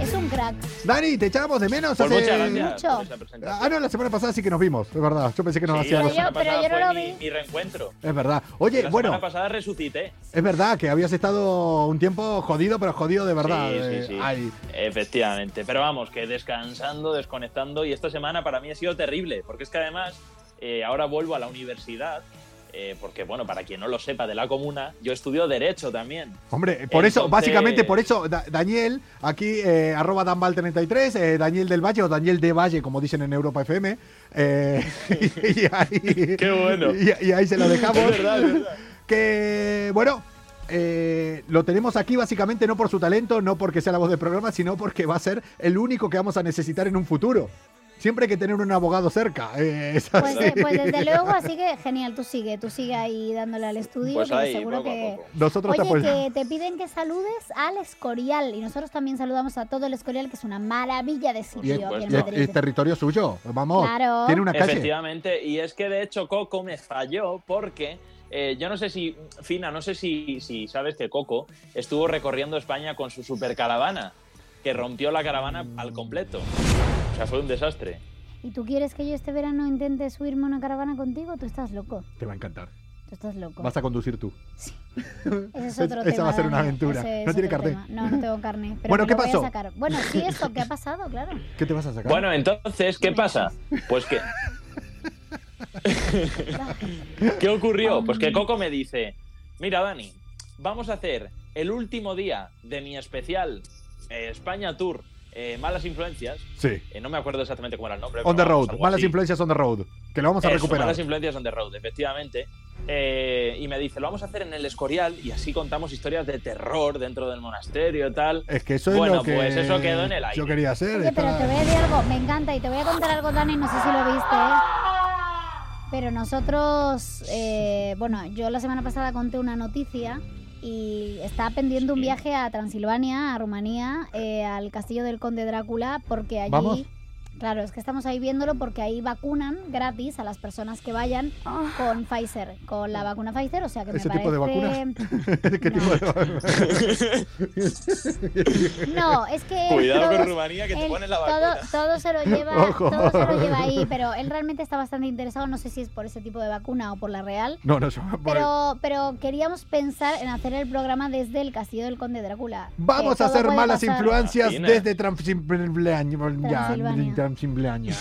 S2: Es un crack.
S1: Dani, te echábamos de menos
S11: Pues
S1: hace-
S11: muchas gracias
S2: mucho.
S11: por esa presentación.
S1: Ah, no, la semana pasada sí que nos vimos, es verdad. Yo pensé que nos
S11: Sí,
S1: hacíamos.
S2: Pero yo-
S11: semana pasada
S2: pero yo no
S11: fue
S2: lo
S11: mi-
S2: vi.
S11: Mi reencuentro.
S1: Es verdad. Oye,
S11: la
S1: bueno,
S11: semana pasada resucité.
S1: es verdad que habías estado un tiempo jodido, pero jodido de verdad.
S11: Sí, sí,
S1: eh,
S11: sí.
S1: ahí.
S11: Efectivamente. Pero vamos, que descansando, desconectando. Y esta semana para mí ha sido terrible, porque es que además eh, ahora vuelvo a la universidad. eh, porque, bueno, para quien no lo sepa de la comuna, yo estudio Derecho también.
S1: Hombre, por eso,
S11: Entonces-
S1: básicamente por eso, Da- Daniel, aquí, eh, arroba danval33, eh, Daniel del Valle o Daniel de Valle, como dicen en Europa FM.
S11: *laughs*
S1: eh, y, y ahí,
S11: Qué bueno.
S1: Y, y ahí se lo dejamos.
S11: Es verdad, es verdad.
S1: Que, bueno, eh, lo tenemos aquí básicamente no por su talento, no porque sea la voz del programa, sino porque va a ser el único que vamos a necesitar en un futuro. Siempre hay que tener un abogado cerca. eh, *laughs* es
S2: Pues,
S1: así.
S2: eh, pues desde luego, así que genial, tú sigue, tú sigue ahí dándole al estudio,
S11: Pues
S2: que
S11: ahí,
S2: seguro
S11: poco a
S2: que.
S11: poco.
S1: Nosotros te
S2: Oye,
S1: apoyamos.
S2: que te piden que saludes al Escorial y nosotros también saludamos a todo el Escorial, que es una maravilla
S1: *laughs*
S2: de
S1: Y es,
S2: sitio aquí en
S11: Pues
S1: y es-
S2: Madrid.
S1: es territorio suyo, vamos.
S2: Claro.
S1: Tiene una calle.
S11: Efectivamente, y es que de hecho Coco me falló porque eh, yo no sé si, Fina, no sé si, si sabes que Coco estuvo recorriendo España con su supercaravana, que rompió la caravana al completo. O sea, fue un desastre.
S2: ¿Y tú quieres que yo este verano intente subirme a una caravana contigo? Tú estás loco.
S1: Te va a encantar.
S2: Tú Tú estás loco.
S1: Vas a conducir tú.
S2: Ese es otro
S1: *laughs* Esa
S2: tema,
S1: va a ser una
S2: Dani.
S1: aventura.
S2: Ese es
S1: No tiene
S2: otro
S1: carnet.
S2: tema. No, no
S1: *laughs*
S2: tengo carnet. Pero
S1: Bueno,
S2: me
S1: ¿qué
S2: lo voy a
S1: pasó?
S2: sacar. Bueno, sí, esto que ha pasado,
S1: *laughs*
S2: claro.
S1: ¿Qué te vas a sacar?
S11: Bueno, entonces, ¿qué pasa? Pues que. ¿Qué ocurrió? Pues que Coco me dice: Mira, Dani, vamos a hacer el último día de mi especial eh, España Tour eh, Malas Influencias.
S1: sí.
S11: Eh, no me acuerdo exactamente cuál era el nombre.
S1: On the
S11: pero vamos,
S1: road.
S11: algo
S1: Malas
S11: así.
S1: influencias on the road. Que lo vamos a
S11: Eso,
S1: recuperar.
S11: Malas influencias on the road, efectivamente. Eh, y me dice, lo vamos a hacer en el Escorial y así contamos historias de terror dentro del monasterio y tal.
S1: Es que eso es
S11: bueno,
S1: lo que
S11: pues eso quedó en el aire.
S1: yo quería hacer.
S2: Oye, pero
S1: estaba-
S2: te voy a decir algo, me encanta y te voy a contar algo, Dani, no sé si lo viste, ¿eh? Pero nosotros, eh, bueno, yo la semana pasada conté una noticia y estaba pendiente un viaje a Transilvania, a Rumanía, eh, al castillo del conde Drácula, porque allí...
S1: Vamos.
S2: Claro, es que estamos ahí viéndolo porque ahí vacunan gratis a las personas que vayan con Pfizer, con la vacuna Pfizer, o sea que me
S1: Ah. ¿Ese
S2: parece...
S1: tipo de *laughs*
S2: *laughs*
S1: ¿Qué tipo de-
S2: No, es que.
S11: Cuidado con
S2: todos-
S11: Rumanía, que te
S2: él
S11: ponen la
S2: todo-
S11: vacuna.
S2: Todo, se
S1: *laughs*
S2: lo lleva,
S1: Ojo.
S2: todo se lo lleva ahí, pero él realmente está bastante interesado. No sé si es por ese tipo de vacuna o por la real.
S1: No, no, yo me voy.
S2: Pero, pero queríamos pensar en hacer el programa desde el castillo del Conde Drácula.
S1: Vamos
S2: Que
S1: a
S2: eh, todo
S1: hacer
S2: puede
S1: malas
S2: pasar.
S1: influencias
S11: Imagina.
S1: desde Transilvania.
S2: Transilvania.
S1: Transilvania.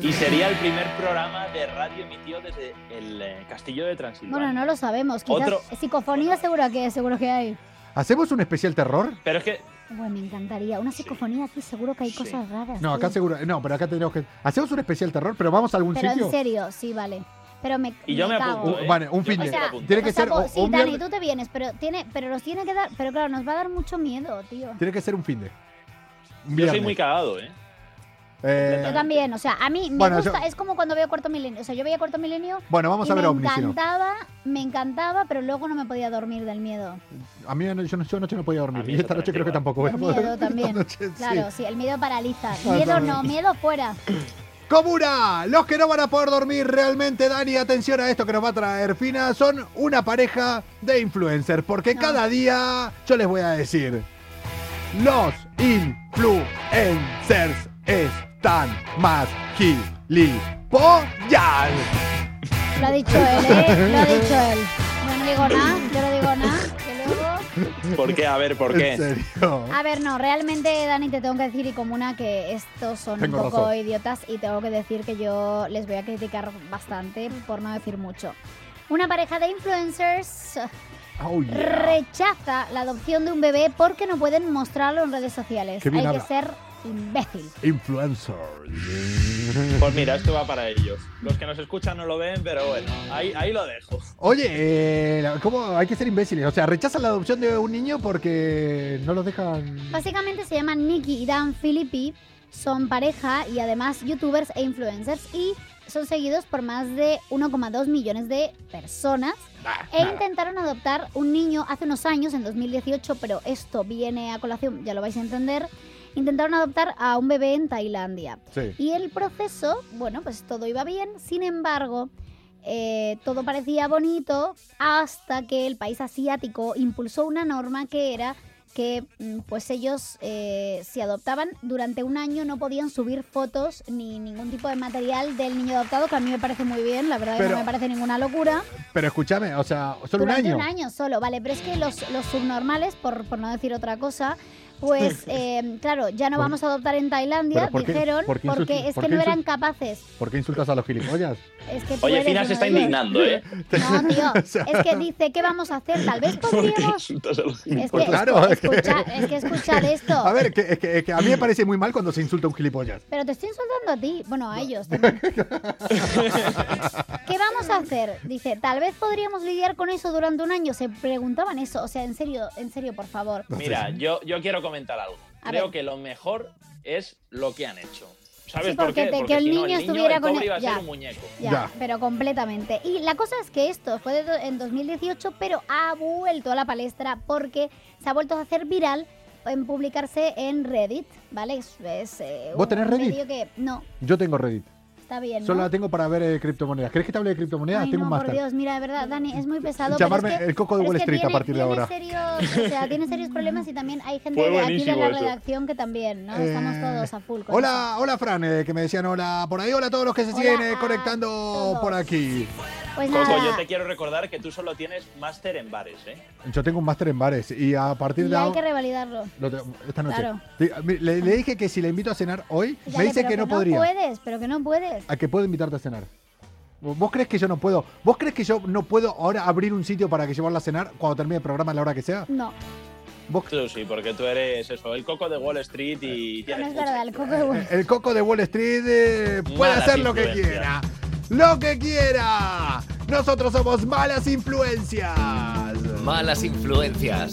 S11: Y sería el primer programa de radio emitido desde el eh, castillo de Transilvania.
S2: Bueno, no lo sabemos. Quizás
S11: Otro-
S2: psicofonía seguro que seguro que hay.
S1: ¿Hacemos un especial terror?
S11: Pero es que
S2: Bueno, me encantaría. Una psicofonía aquí seguro que hay cosas raras.
S1: No, acá
S2: tío.
S1: seguro. No, pero acá tenemos que. ¿Hacemos un especial terror? ¿Pero vamos a algún
S2: Pero
S1: sitio?
S2: en serio, sí, vale. Pero me
S11: Y yo me
S2: cago.
S11: apunto,
S1: Un- vale, un
S11: Yo
S1: fin
S11: me
S1: de.
S11: apunto.
S1: Tiene que
S2: O sea,
S1: ser.
S2: po-
S1: o-
S2: Pues sí,
S1: o un
S2: Dani,
S1: vier-
S2: tú te vienes, pero tiene, pero nos tiene que dar, pero claro, nos va a dar mucho miedo, tío.
S1: Tiene que ser un fin de. Un
S11: yo soy
S1: viernes.
S11: muy cagado, ¿eh?
S1: Eh,
S2: Yo también, o sea, a mí me
S1: Bueno,
S2: gusta,
S1: yo-
S2: es como cuando veo Cuarto Milenio, o sea, yo veía Cuarto Milenio
S1: Bueno, vamos
S2: y
S1: a ver
S2: me
S1: ovnis. si no.
S2: encantaba, me encantaba, pero luego no me podía dormir del miedo.
S1: A mí no- yo, no- yo anoche no podía
S11: A
S1: dormir.
S11: mí
S1: Y esta noche creo que tampoco voy a
S2: El
S1: poder.
S2: miedo también.
S1: Esta noche, *laughs* sí.
S2: Claro, sí, el miedo paraliza.
S1: Ah,
S2: Miedo
S1: no.
S2: no, miedo fuera.
S1: Comuna, los que no van a poder dormir realmente, Dani, atención a esto que nos va a traer Fina, son una pareja de influencers, porque
S2: No.
S1: cada día yo les voy a decir, los influencers están más gilipollas.
S2: Lo ha dicho él, ¿eh? Lo ha dicho él. Yo no digo nada, yo no digo nada, que luego...
S11: ¿Por qué? A ver,
S1: *laughs*
S11: ¿por
S1: En
S11: qué?
S1: serio.
S2: A ver, no, realmente, Dani, te tengo que decir y Comuna que estos son
S1: Tengo
S2: un poco
S1: razón.
S2: idiotas y tengo que decir que yo les voy a criticar bastante, por no decir mucho. Una pareja de influencers
S1: Oh, yeah.
S2: rechaza la adopción de un bebé porque no pueden mostrarlo en redes sociales.
S1: Qué
S2: Hay
S1: bien
S2: que
S1: habla.
S2: ser imbécil.
S1: Influencers.
S11: Pues mira, esto va para ellos. Los que nos escuchan no lo ven, pero bueno, ahí, ahí lo dejo.
S1: Oye, eh, la- ¿cómo hay que ser imbéciles? O sea, rechazan la adopción de un niño porque no los dejan...
S2: Básicamente se llaman Nicky y Dan Filippi, son pareja y además youtubers e influencers y son seguidos por más de 1,2 millones de personas. E intentaron adoptar un niño hace unos años, en 2018, pero esto viene a colación, ya lo vais a entender. Intentaron adoptar a un bebé en Tailandia.
S1: Sí.
S2: Y el proceso, bueno, pues todo iba bien. Sin embargo, eh, todo parecía bonito hasta que el país asiático impulsó una norma que era que mm, pues ellos eh, si adoptaban durante un año no podían subir fotos ni ningún tipo de material del niño adoptado que a mí me parece muy bien la verdad que
S1: Pero-
S2: no me parece ninguna locura
S1: Pero escúchame, o sea, solo un
S2: durante
S1: año.
S2: un año solo, vale, pero es que los, los subnormales, por, por no decir otra cosa,
S1: *laughs*
S2: pues eh, claro, ya no
S1: ¿Por-
S2: vamos a adoptar en Tailandia,
S1: pero por qué-
S2: dijeron,
S1: por qué insulti-
S2: porque es
S1: por
S2: que
S1: qué
S2: no eran
S1: insulti-
S2: capaces.
S1: ¿Por qué insultas a los gilipollas?
S2: Es que tú
S11: Oye,
S2: eres
S11: Fina
S2: uno
S11: se está
S2: de ellos.
S11: indignando, ¿eh?
S2: *laughs*
S1: *laughs*
S2: No, tío, es que dice, ¿qué vamos a hacer? Tal vez
S11: ¿Por qué
S2: podríamos...
S11: insultas a los
S2: Es que,
S11: gilipollas?
S1: Pues Claro, es que- *laughs*
S2: escucha, es que escuchad esto.
S1: A ver, que, es, que, es que a mí me parece muy mal cuando se insulta a un gilipollas.
S2: Pero te estoy insultando a ti. Bueno, a
S1: *laughs*
S2: ellos también. ¿Qué vamos a hacer? Dice, tal vez podríamos lidiar con eso durante un año. Se preguntaban eso. O sea, en serio, en serio, por favor.
S11: Mira, yo, yo quiero comentar algo.
S2: A
S11: Creo
S2: ver.
S11: que lo mejor es lo que han hecho. ¿Sabes
S2: Sí,
S11: por
S2: porque
S11: qué?
S2: te-
S11: Porque
S2: que el
S11: si no,
S2: niño
S11: el niño,
S2: estuviera
S11: el
S2: con
S11: pobre
S2: el-
S11: iba a
S2: ya.
S11: ser un muñeco.
S2: Ya,
S1: Ya.
S2: pero completamente. Y la cosa es que esto fue de do- en 2018, pero ha vuelto a la palestra porque se ha vuelto a hacer viral en publicarse en Reddit, ¿vale? Es, es, eh,
S1: ¿Vos
S2: un
S1: tenés Reddit?
S2: medio que no,
S1: Yo tengo Reddit.
S2: está bien, ¿no?
S1: Solo la tengo para ver eh, criptomonedas. ¿Crees que te hable de criptomonedas?
S2: Ay,
S1: tengo
S2: no,
S1: un
S2: por
S1: máster.
S2: Dios, mira, de verdad, Dani, es muy pesado.
S1: Llamarme
S2: pero es que-
S1: el Coco de
S2: pero
S1: Wall
S2: es que
S1: Street a
S2: tiene-
S1: partir de ahora.
S2: Tiene serios, o sea, tiene serios problemas y también hay gente
S11: Fue
S2: de aquí de
S11: buenísimo
S2: la
S11: eso.
S2: redacción que también, ¿no? Estamos
S1: Eh,
S2: todos a full. con
S1: Hola, hola Fran, eh, que me decían hola por ahí. Hola a todos los que se
S2: Hola
S1: siguen eh,
S2: a
S1: conectando
S2: todos.
S1: por aquí.
S2: Pues
S11: Coco,
S2: nada.
S11: yo te quiero recordar que tú solo tienes máster en bares, ¿eh?
S1: Yo tengo un máster en bares y a partir
S2: Y
S1: de
S2: hay
S1: ahora.
S2: que revalidarlo.
S1: lo tengo- Esta noche.
S2: Claro.
S1: Sí, a mí- Le, le dije que si le invito a cenar hoy,
S2: Dale,
S1: me dice
S2: pero
S1: que no podría.
S2: No puedes, pero que no puedes.
S1: A que puedo invitarte a cenar. ¿Vos crees que yo no puedo? ¿Vos crees que yo no puedo ahora abrir un sitio para que llevarla a cenar cuando termine el programa a la hora que sea?
S2: No,
S11: Tú sí, porque tú eres eso, el coco de Wall Street y
S2: no
S11: tienes
S2: es
S11: mucha
S2: verdad. El coco de huevo.
S1: El coco de Wall Street eh, puede
S11: Malas
S1: hacer lo que
S11: influencias.
S1: quiera. Lo que quiera. Nosotros somos malas influencias.
S7: Malas influencias.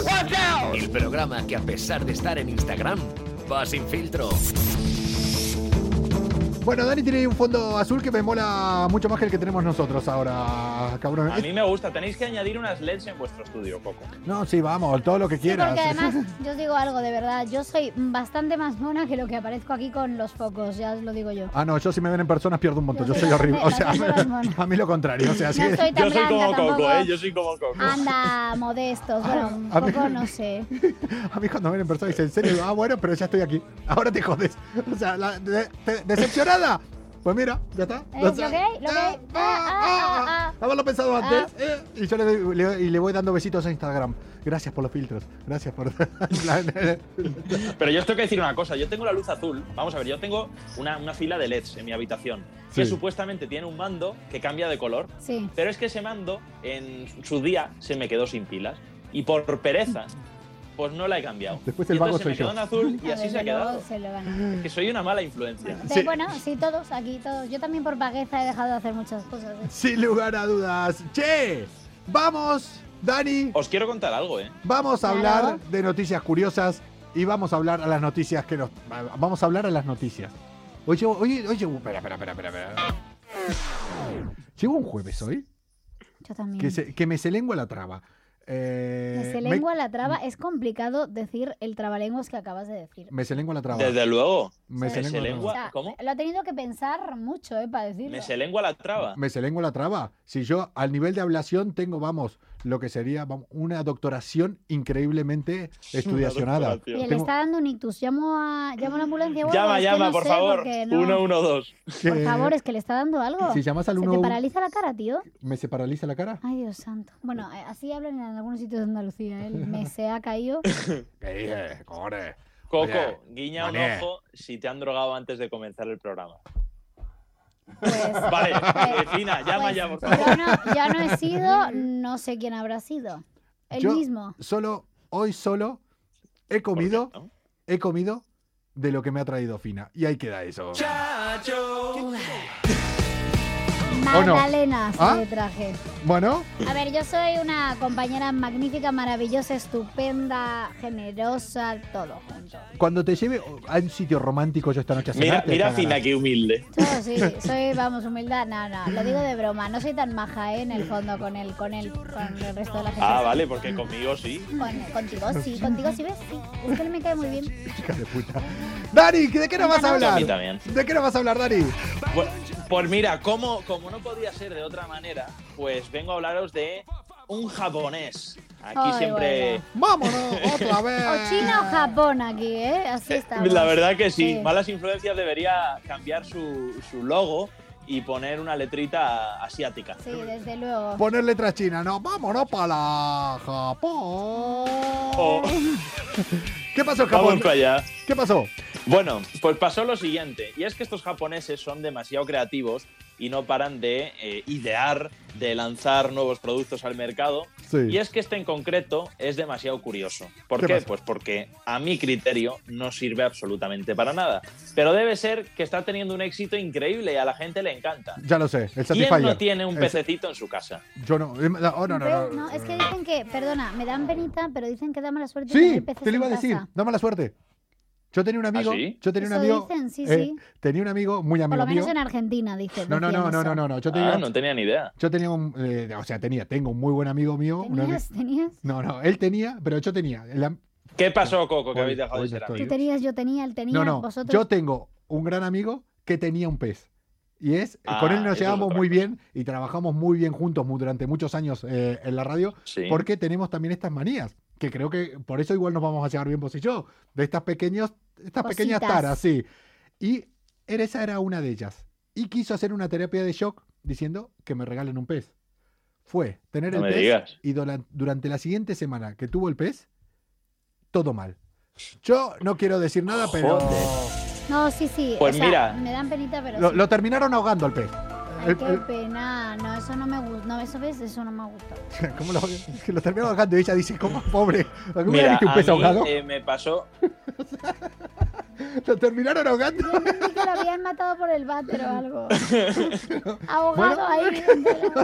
S7: El programa que a pesar de estar en Instagram, va sin filtro.
S1: Bueno, Dani tiene un fondo azul que me mola mucho más que el que tenemos nosotros ahora, cabrón.
S11: A mí me gusta, tenéis que añadir unas LEDs en vuestro estudio, Coco.
S1: No, sí, vamos, todo lo que
S2: Sí,
S1: quieras.
S2: porque además,
S1: *laughs*
S2: yo os digo algo de verdad. Yo soy bastante más mona que lo que aparezco aquí con los focos, ya os lo digo yo.
S1: Ah, no, yo si me ven en personas pierdo un montón. Yo
S2: Yo
S1: soy
S2: soy
S1: horrible. *laughs* O sea,
S2: bastante- bastante más
S1: a mí lo contrario. O sea, sí.
S2: No soy tan
S11: Yo soy
S2: blanca
S11: como Coco,
S2: tampoco.
S11: ¿eh? Yo soy como Coco.
S2: Anda, modestos.
S1: Ah,
S2: Bueno,
S1: A mí- *laughs*
S2: Coco no sé.
S1: A mí cuando me ven en persona dicen, ¿en serio? Digo, Ah, bueno, pero ya estoy aquí. Ahora te jodes. O sea, la- de- te- ¿decepcionada? Pues mira, ya está.
S2: Eh,
S1: O sea,
S2: ¿lo gay? ¿Lo
S1: ah,
S2: gay?
S1: ah, ah, ah. Haberlo pensado antes. eh, y yo le, doy- le- y le voy dando besitos a Instagram. Gracias por los filtros. Gracias por... *laughs*
S11: Pero yo os tengo que decir una cosa, yo tengo la luz azul, vamos a ver, yo tengo una, una fila de LEDs en mi habitación, que
S1: Sí.
S11: supuestamente tiene un mando que cambia de color,
S2: Sí.
S11: pero es que ese mando en su día se me quedó sin pilas y por pereza, pues no la he cambiado.
S1: Después
S11: Y
S1: el vago
S11: entonces se
S1: soy
S11: me quedó
S1: yo.
S11: en azul y
S2: A
S11: así
S2: ver,
S11: se ha
S2: me lo-
S11: quedado.
S2: se lo ganó.
S11: Que soy una mala influencia.
S2: De- Bueno, sí, todos, aquí todos. Yo también por vagueza he dejado de hacer muchas cosas. ¿eh?
S1: *laughs* Sin lugar a dudas. Che, vamos, Dani.
S11: Os quiero contar algo, ¿eh?
S1: Vamos a
S2: Claro.
S1: hablar de noticias curiosas y vamos a hablar a las noticias que nos. Vamos a hablar a las noticias. Hoy llevo. Hoy, hoy llevo. Espera, espera, espera, espera, espera. Llevo un jueves hoy
S2: Yo también.
S1: que, se- que me se lengua la traba. Eh,
S2: Que se
S1: me-
S2: lengua la traba. Es complicado decir el trabalenguas que acabas de decir.
S1: Me se lengua la traba.
S11: Desde luego,
S1: Me
S2: Sí.
S1: se
S11: se
S1: lengua la
S11: lengua-
S1: traba.
S11: ¿cómo?
S2: Lo he tenido que pensar mucho, ¿eh? Para decirlo.
S11: me se lengua la traba.
S1: Me se lengua la traba. Si yo al nivel de ablación tengo, vamos, lo que sería vamos, una doctoración increíblemente estudiacionada.
S11: doctoración.
S2: Y le
S1: Tengo
S2: está dando un ictus. Llamo a, llamo a la ambulancia. bueno,
S11: Llama,
S2: es que
S11: llama,
S2: no
S11: por
S2: sé,
S11: favor.
S2: porque no-
S11: 112.
S2: Por
S1: que-
S2: favor, es que le está dando algo.
S1: Si llamas al
S2: ¿Se
S1: 1
S2: te paraliza Ah. la cara, tío?
S1: ¿Me se paraliza la cara?
S2: Ay, Dios santo. Bueno, eh, así hablan en algunos sitios de Andalucía. El me se ha caído.
S1: ¿Qué
S11: *laughs*
S1: dije, cojones?
S11: Coco,
S1: Oye,
S11: guiña un
S1: Mané.
S11: ojo si te han drogado antes de comenzar el programa.
S2: Pues.
S11: Vale, eh,
S2: Pues-
S11: Fina, llama
S2: pues,
S11: ya, por favor.
S2: yo no, ya no he sido, no sé quién habrá sido. El
S1: Yo-
S2: mismo.
S1: Solo, hoy solo, he comido, he comido de lo que me ha traído Fina. Y ahí queda eso. ¿O no?
S2: Magdalena
S1: ¿Ah?
S2: se le traje.
S1: Bueno,
S2: A ver, yo soy una compañera magnífica, maravillosa, estupenda, generosa, todo junto.
S1: cuando te lleve a un sitio romántico yo esta noche a
S11: Mira,
S1: cenar, te
S11: mira
S1: cagarás.
S11: Fina, qué humilde.
S2: Yo sí, soy, vamos, humildad. No, no, lo digo de broma. No soy tan maja, ¿eh? En el fondo, con el, con el, con el resto de la gente.
S11: Ah, vale, porque conmigo sí.
S2: Con- contigo sí, contigo sí, ¿ves? Sí. Es que él me cae muy bien.
S1: Hija de puta. Dani, ¿de qué nos vas a
S2: Fina, no.
S1: hablar?
S11: Ah, A mí también.
S1: ¿De qué nos vas a hablar, Dani?
S11: Pues, pues mira, como, como no podía ser de otra manera, pues vengo a hablaros de un japonés. Aquí
S2: Ay,
S11: siempre. eh, *laughs*
S1: Vámonos otra vez.
S2: O China o Japón aquí, ¿eh? Así está.
S11: La verdad que sí.
S2: Sí.
S11: Malas influencias debería cambiar su, su logo y poner una letrita asiática.
S2: Sí, desde luego.
S1: Poner letras chinas, no, vámonos para la Japón.
S11: O-
S1: ¿Qué pasó,
S11: Oh. vamos
S1: Japón?
S11: para allá.
S1: ¿Qué pasó?
S11: Bueno, pues pasó lo siguiente, y es que estos japoneses son demasiado creativos y no paran de eh, idear, de lanzar nuevos productos al mercado.
S1: Sí.
S11: Y es que este en concreto es demasiado curioso. ¿Por
S1: ¿Qué
S11: qué?
S1: pasa?
S11: Pues porque a mi criterio no sirve absolutamente para nada. Pero debe ser que está teniendo un éxito increíble y a la gente le encanta.
S1: Ya lo sé, el
S11: ¿Quién
S1: Satisfyer.
S11: no tiene un
S1: El-
S11: pececito en su casa?
S1: Yo no. eh, oh, no, no, no,
S2: Pero, no, es que dicen que, perdona, me dan penita, pero dicen que da mala suerte.
S1: Sí,
S2: tener peces
S1: te lo
S2: en
S1: iba a decir.
S2: casa.
S1: Da mala suerte. Yo tenía un amigo.
S11: ¿Ah, sí?
S1: Yo tenía un
S2: Eso
S1: amigo. eh,
S2: dicen, sí, sí.
S1: Tenía un amigo, muy
S2: Por
S1: amigo
S2: lo menos
S1: mío.
S2: en Argentina, dije.
S1: No, no,
S2: decían
S1: no, no,
S2: eso.
S1: no, no, no. Yo tenía,
S11: Ah, no tenía ni idea.
S1: yo tenía un. eh, o sea, tenía, tengo un muy buen amigo mío. un ami-
S2: ¿Tenías? ¿Tenías?
S1: No, no, él tenía, pero yo tenía. El am-
S11: ¿Qué pasó, Coco, que
S1: Hoy-
S11: habéis dejado
S1: hoy no
S11: de ser
S1: estoy.
S2: Tú
S11: amigos?
S2: tenías, yo tenía, él tenía,
S1: no, no.
S2: vosotros.
S1: Yo tengo un gran amigo que tenía un pez. Y es,
S11: Ah,
S1: con él
S11: eso
S1: nos
S11: es
S1: llevamos
S11: otra
S1: muy
S11: cosa.
S1: bien y trabajamos muy bien juntos mu- durante muchos años eh, en la radio.
S11: Sí.
S1: porque tenemos también estas manías, que creo que por eso igual nos vamos a llevar bien vos y yo, de estas pequeños, estas pequeñas
S2: Cositas.
S1: taras, sí. Y era- esa era una de ellas. Y quiso hacer una terapia de shock diciendo que me regalen un pez. fue tener
S11: No
S1: el
S11: me
S1: pez
S11: digas.
S1: y dola- durante la siguiente semana que tuvo el pez, todo mal. Yo no quiero decir nada, pero
S2: No, sí, sí.
S1: Pues
S2: o sea,
S1: mira.
S2: Me dan penita, pero.
S1: lo,
S2: sí.
S1: lo terminaron ahogando al pez.
S2: Ay,
S1: El-
S2: qué
S1: el-
S2: pena. No, eso no me gusta. No, eso ves, eso no me gusta.
S1: ¿Cómo lo, que lo terminaron ahogando? Y ella dice, ¿cómo? Pobre. ¿Alguna vez
S11: Mira,
S1: viste un
S11: a
S1: pez
S11: mí,
S1: ahogado?
S11: eh, me pasó.
S1: Lo terminaron ahogando.
S2: Pensé que lo habían matado por el váter o
S1: *laughs*
S2: algo. Ahogado ahí.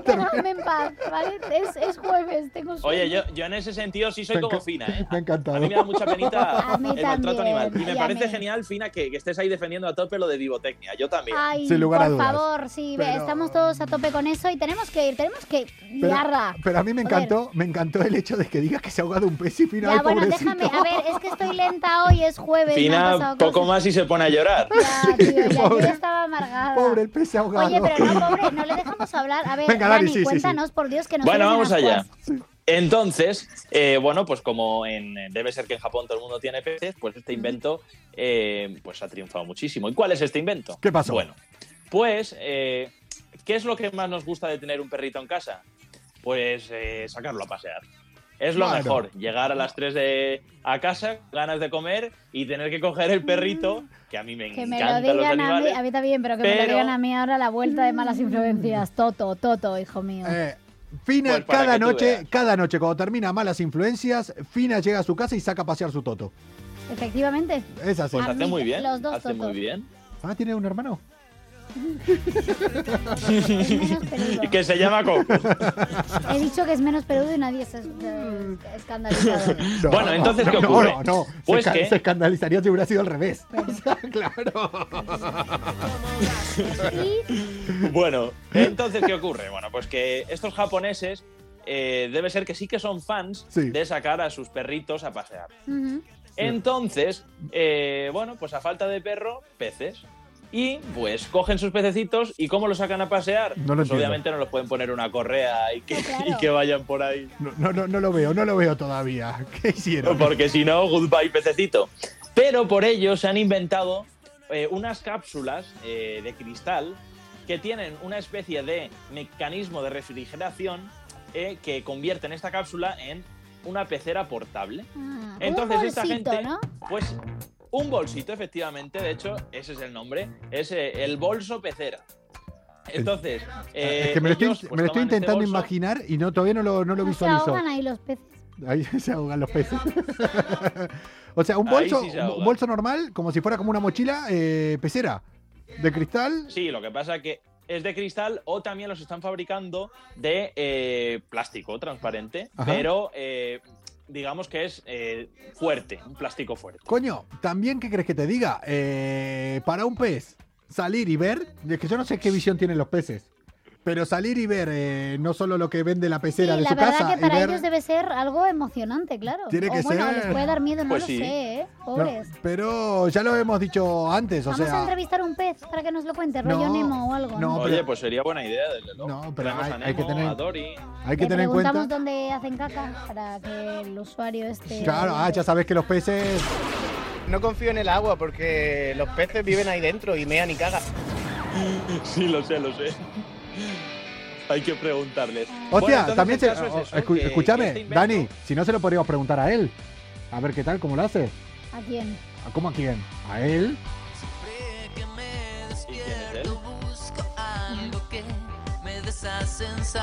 S2: Déjame en paz, ¿vale? Es, es jueves, tengo sueño.
S11: Oye, yo, yo en ese sentido sí soy
S1: Me
S11: como
S1: enca- *laughs*
S11: Fina, ¿eh?
S1: Me ha encantado.
S11: A mí me da mucha penita
S2: *laughs* A mí
S11: el maltrato
S2: también, eh.
S11: animal. Y me
S2: y a
S11: parece
S2: mí.
S11: genial, Fina, que, que estés ahí defendiendo a tope lo de divotecnia. Yo también.
S2: Ay,
S1: Sin lugar a
S2: por
S1: dudas.
S2: favor, sí, ve,
S1: Pero-
S2: estamos todos a tope con eso y tenemos que ir, tenemos que
S1: Pero,
S2: liarla.
S1: pero a mí me
S2: Joder.
S1: encantó, me encantó el hecho de que digas que se ha ahogado un pez y final,
S2: ya, bueno,
S1: pobrecito.
S2: déjame, a ver, es que estoy lenta hoy, es jueves, pues me han
S11: Fina,
S2: pasado
S11: poco
S2: cosas.
S11: más y se pone
S2: *laughs*
S11: a llorar.
S2: Ya, tío, ya, yo
S1: Pobre-
S2: ya estaba
S1: *laughs*
S2: amargada.
S1: Pobre el pez se ha ahogado.
S2: Oye, pero no, pobre, no le dejamos hablar. A ver,
S11: Venga, Dani,
S2: Dani,
S11: sí, sí, sí.
S2: cuéntanos, por Dios, que nos
S11: Bueno,
S2: tienes
S11: vamos
S2: en
S11: allá.
S2: ascuas.
S11: Entonces, eh, bueno, pues como en- en- debe ser que en Japón todo el mundo tiene peces, pues este invento eh, pues ha triunfado muchísimo. ¿Y cuál es este invento?
S1: ¿Qué pasó?
S11: Bueno, pues, eh, ¿qué es lo que más nos gusta de tener un perrito en casa? Pues eh, sacarlo a pasear. Es lo
S1: Claro.
S11: mejor, llegar a las 3 de a casa, ganas de comer y tener que coger el perrito, que a mí me
S2: Mm. Que me lo
S11: encantan los
S2: digan a mí,
S11: animales.
S2: a mí también, pero que me lo
S11: pero-
S2: digan a mí ahora la vuelta de malas influencias. Toto, Toto, hijo mío.
S1: Eh, Fina,
S11: Pues para
S1: cada
S11: que tú
S1: noche,
S11: veas.
S1: cada noche, cuando termina malas influencias, Fina llega a su casa y saca a pasear su toto.
S2: Efectivamente.
S1: Es así.
S11: Pues
S2: A
S11: hace
S2: mí
S11: muy bien,
S2: los dos
S11: hace muy
S2: totos.
S11: bien.
S1: Ah, tiene un hermano.
S2: Es
S11: *laughs*
S2: menos peludo.
S11: que se llama Coco.
S2: He dicho que es menos peludo y nadie se es eh,
S1: Mm. *laughs*
S2: escandalizado.
S1: No,
S11: Bueno, entonces,
S1: no,
S11: ¿qué
S1: no,
S11: ocurre?
S1: No, no, se
S11: Pues
S1: esca- se,
S11: que-
S1: escandalizaría si hubiera sido al revés. *laughs* O sea, claro.
S2: Y
S11: Bueno, *laughs* entonces, ¿qué ocurre? Bueno, pues que estos japoneses eh, debe ser que sí que son fans
S1: Sí.
S11: de sacar a sus perritos a pasear.
S2: ujú,
S11: Entonces, eh, bueno, pues a falta de perro, peces. Y pues cogen sus pececitos y ¿cómo los sacan a pasear?
S1: No lo
S11: pues
S1: entiendo.
S11: obviamente no los pueden poner una correa y que,
S2: No, claro.
S11: y que vayan por ahí.
S1: No, no, no, no lo veo, no lo veo todavía. ¿Qué hicieron?
S11: *laughs* Porque si no, goodbye pececito. Pero por ello se han inventado eh, unas cápsulas eh, de cristal que tienen una especie de mecanismo de refrigeración eh, que convierten esta cápsula en una pecera portable.
S2: ah,
S11: Entonces
S2: un
S11: esta
S2: bolsito,
S11: gente,
S2: ¿no?
S11: pues un bolsito efectivamente, de hecho ese es el nombre, es eh, el bolso pecera. Entonces,
S1: Es
S11: eh,
S1: que me lo estoy,
S11: ellos, pues,
S1: me lo estoy
S11: toman este
S1: intentando
S11: bolso.
S1: imaginar y no todavía no lo, no lo
S2: No se
S1: visualizo.
S2: ahogan ahí los peces.
S1: Ahí *laughs* se ahogan los peces. o sea, un
S11: Ahí
S1: bolso,
S11: sí se
S1: un
S11: ahogan.
S1: bolso normal, como si fuera como una mochila eh, pecera de cristal.
S11: Sí, lo que pasa que es de cristal o también los están fabricando de eh, plástico transparente,
S1: Ajá.
S11: pero eh, digamos que es eh, fuerte, un plástico fuerte.
S1: Coño, también, ¿qué crees que te diga? Eh, para un pez, salir y ver, es que yo no sé qué visión tienen los peces, pero salir y ver eh, no solo lo que vende la
S2: Sí,
S1: pecera de
S2: la
S1: su
S2: verdad
S1: casa,
S2: que
S1: y
S2: para
S1: ver-
S2: ellos debe ser algo emocionante, claro.
S1: Tiene que
S2: o bueno,
S1: ser.
S2: les puede dar miedo, no
S11: Pues
S2: lo
S11: sí.
S2: sé, ¿eh?
S1: No,
S2: Pobres.
S1: pero ya lo hemos dicho antes, o
S2: Vamos a
S1: sea.
S2: entrevistar un pez para que nos lo cuente,
S1: No,
S2: rollo Nemo o algo.
S1: no,
S11: Oye,
S1: pero-
S11: pues sería buena idea, desde luego.
S1: No, pero
S11: Traemos
S1: hay-
S11: a
S1: hay que
S11: Nemo,
S1: tener-
S11: a Dory.
S1: Hay que
S2: Le
S1: tener en
S2: preguntamos
S1: cuenta.
S2: dónde hacen caca para que el usuario esté.
S1: Claro, ah, ya sabes que los peces.
S10: No confío en el agua porque los peces viven ahí dentro y mean y cagan.
S11: Sí, lo sé, lo sé. Hay que preguntarles.
S1: Hostia,
S11: Bueno, entonces
S1: también
S11: el
S1: se.
S11: caso es
S1: o-
S11: eso,
S1: escu-
S11: que-
S1: escúchame,
S11: que este invento-
S1: Dani, si no se lo podríamos preguntar a él. A ver qué tal, cómo lo hace.
S2: ¿A quién?
S1: ¿A ¿Cómo a quién? ¿A él?
S11: ¿Y quién es él?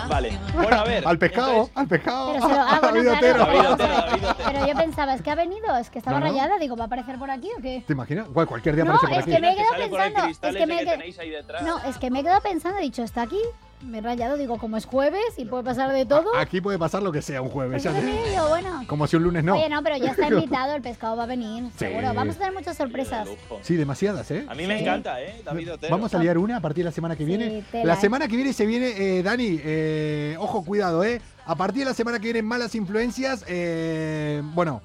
S11: Vale. Bueno, a ver.
S1: ¿Al pescado?
S11: entonces-
S1: ¿Al pescado?
S2: Pero se
S11: *laughs*
S2: lo-
S1: ¿A
S2: ah, bueno,
S1: David
S2: claro,
S1: Otero?
S11: David
S2: pero-
S11: Otero, David Otero.
S2: Pero yo pensaba, es que ha venido, es que estaba
S1: No, no.
S2: rayada, digo, ¿va a aparecer por aquí o qué?
S1: ¿Te imaginas? Bueno, cualquier día
S2: No,
S1: aparece por
S2: es
S1: aquí.
S2: que me he
S11: Que
S2: quedado
S11: sale por el
S2: pensando,
S11: cristal
S2: es que
S11: ese
S2: me he
S11: que
S2: qued-
S11: tenéis ahí detrás.
S2: No, eh, es que me he quedado pensando, he dicho, está aquí, me he rayado, digo, como es jueves y puede pasar de todo.
S1: A- Aquí puede pasar lo Ah, que sea un jueves. *laughs*
S2: Pues
S1: ya
S2: yo
S1: sé.
S2: también digo, bueno.
S1: Como si un lunes no.
S2: Oye, no, pero ya
S1: *laughs*
S2: está invitado, el pescado va a venir, seguro. Vamos a tener muchas
S11: Oye, de
S2: sorpresas.
S11: lujo.
S1: Sí, demasiadas, ¿eh?
S11: A mí me
S2: Sí.
S11: encanta, ¿eh? David Otero.
S1: Vamos a liar una a partir de la semana que
S2: Sí,
S1: viene.
S2: tela,
S1: la
S2: eh.
S1: semana que viene se viene, eh, Dani, eh, ojo, cuidado, ¿eh? A partir de la semana que viene, malas influencias, eh, bueno,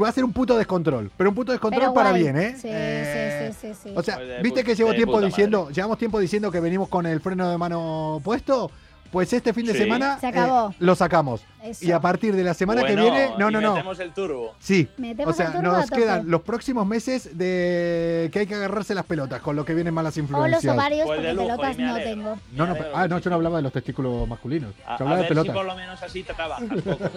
S1: va a ser un puto descontrol, pero un puto descontrol
S2: Pero
S1: para
S2: guay.
S1: bien, ¿eh?
S2: Sí,
S1: Eh,
S2: sí, sí, sí, sí.
S1: O sea,
S11: Pues de
S1: viste
S11: pu-
S1: que llevo
S11: de
S1: tiempo
S11: puta
S1: diciendo, llevamos tiempo diciendo que venimos con el freno de mano puesto. Pues este fin de
S11: Sí.
S1: semana eh,
S2: Se acabó.
S1: lo sacamos.
S2: Eso.
S1: Y a partir de la semana
S11: Bueno,
S1: que viene, no,
S11: y
S1: no, no.
S11: Metemos el turbo.
S1: Sí,
S2: Metemos
S1: o sea,
S2: el turbo a
S1: nos
S2: tope.
S1: quedan los próximos meses de que hay que agarrarse las pelotas, con lo que vienen malas
S2: O
S1: influencias.
S2: los ovarios,
S11: Pues de
S2: porque
S11: lujo,
S2: pelotas
S11: y me
S2: no
S11: alegro.
S2: tengo.
S1: No, no,
S11: Me alegro
S1: ah, no, yo no hablaba de los testículos masculinos. Yo
S11: A, a
S1: hablaba de
S11: ver si
S1: pelotas.
S11: por lo menos así trabajas,
S1: *laughs*
S11: Coco.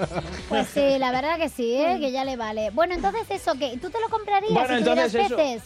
S2: Pues sí, la verdad que sí, ¿eh? que ya le vale. Bueno, entonces eso, que ¿tú te lo comprarías
S11: Bueno,
S2: si tuvieras
S11: entonces eso.
S2: peces?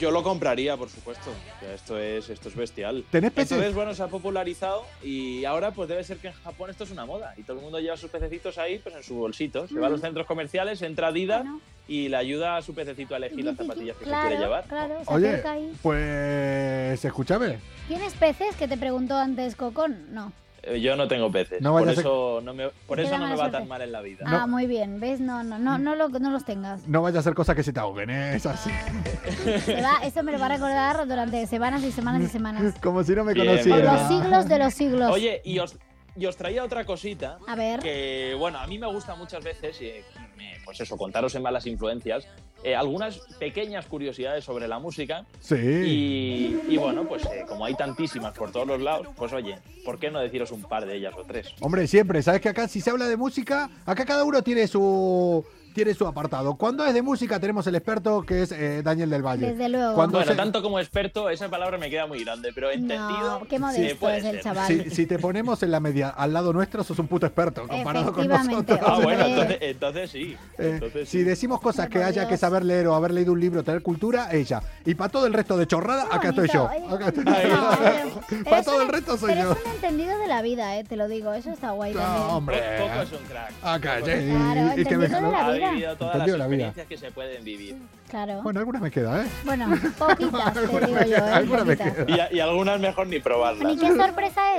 S11: Yo lo compraría, por supuesto. Ya, Esto es, esto es bestial.
S1: ¿Tenés peces?
S11: Entonces, bueno, se ha popularizado y ahora pues debe ser que en Japón esto es una moda y todo el mundo lleva sus pececitos ahí pues en su bolsito. Se va a los centros comerciales, entra Adidas
S2: Mm. Bueno.
S11: y le ayuda a su pececito a elegir las zapatillas que se quiere
S2: Claro,
S11: llevar.
S2: claro, se
S1: Oye,
S2: acerca ahí.
S1: pues escúchame.
S2: ¿Tienes peces? Que te preguntó antes Cocón. No.
S11: Eh, Yo no tengo peces,
S1: No
S11: por
S1: vayas a-
S11: eso no me, por
S2: Te
S11: eso
S2: da
S11: no me
S2: mala
S11: va tan
S2: suerte.
S11: mal en la vida.
S2: Ah, muy bien, ¿ves? No, no, no, no, lo- no los tengas.
S1: No vaya a hacer cosas que se te ahoguen, ¿eh? es así. *laughs*
S2: Se
S11: *laughs*
S2: va- eso me lo va a recordar durante semanas y semanas y semanas.
S1: Como si no me
S11: Mm. Bien, Sí,
S2: Por
S11: era-
S2: los
S1: conociera.
S2: siglos de los siglos.
S11: Oye, y os, y os traía otra cosita
S2: a ver,
S11: que, bueno, a mí me gusta muchas veces, eh, eh, pues eso, contaros en malas influencias, eh, algunas pequeñas curiosidades sobre la música.
S1: Sí.
S11: Y, y bueno, pues eh, como hay tantísimas por todos los lados, pues oye, ¿por qué no deciros un par de ellas o tres?
S1: Hombre, siempre, sabes que acá si se habla de música, acá cada uno tiene su tiene su apartado. Cuando es de música tenemos el experto que es eh, Daniel del Valle.
S2: Desde luego.
S1: Cuando
S11: Bueno,
S1: se-
S11: tanto como experto, esa palabra me queda muy grande, pero entendido.
S2: qué
S11: eh,
S2: modesto
S11: puede
S2: es el
S11: ser.
S2: chaval.
S1: si, si te ponemos en la media al lado nuestro, sos un puto experto comparado con
S2: Efectivamente.
S1: nosotros.
S11: Ah, bueno,
S2: Hombre.
S11: entonces, entonces sí.
S1: Eh,
S11: Entonces
S1: si
S11: sí.
S1: decimos cosas
S2: Ay,
S1: que
S2: por
S1: haya que
S2: Dios.
S1: saber leer o haber leído un libro, tener cultura, ella. Y para todo el resto de chorrada,
S2: Qué
S1: acá estoy yo.
S2: bonito,
S1: Acá estoy *laughs*
S2: No,
S1: yo.
S2: pero- pero
S1: para
S2: es
S1: todo
S2: un-
S1: el resto soy
S2: pero
S1: yo.
S2: es un entendido de la vida, eh, te lo digo. Eso está guay
S1: No,
S2: también.
S1: hombre.
S11: Co- Coco es un crack.
S1: Acá,
S11: Coco
S1: ya,
S11: es un
S1: y-
S11: crack.
S2: Claro,
S1: y que me Ah,
S2: entendido
S1: jaló.
S2: la
S11: Ha
S2: vida.
S11: vivido todas las
S1: Entendido la vida.
S11: experiencias que se pueden vivir.
S2: Claro.
S1: Bueno, algunas me queda, ¿eh? *laughs*
S2: Bueno, poquitas, te digo yo. eh,
S1: Alguna me
S2: poquitas.
S1: queda.
S11: Y, a- y algunas mejor ni
S2: ¿Y
S11: probarlas.
S2: qué sorpresa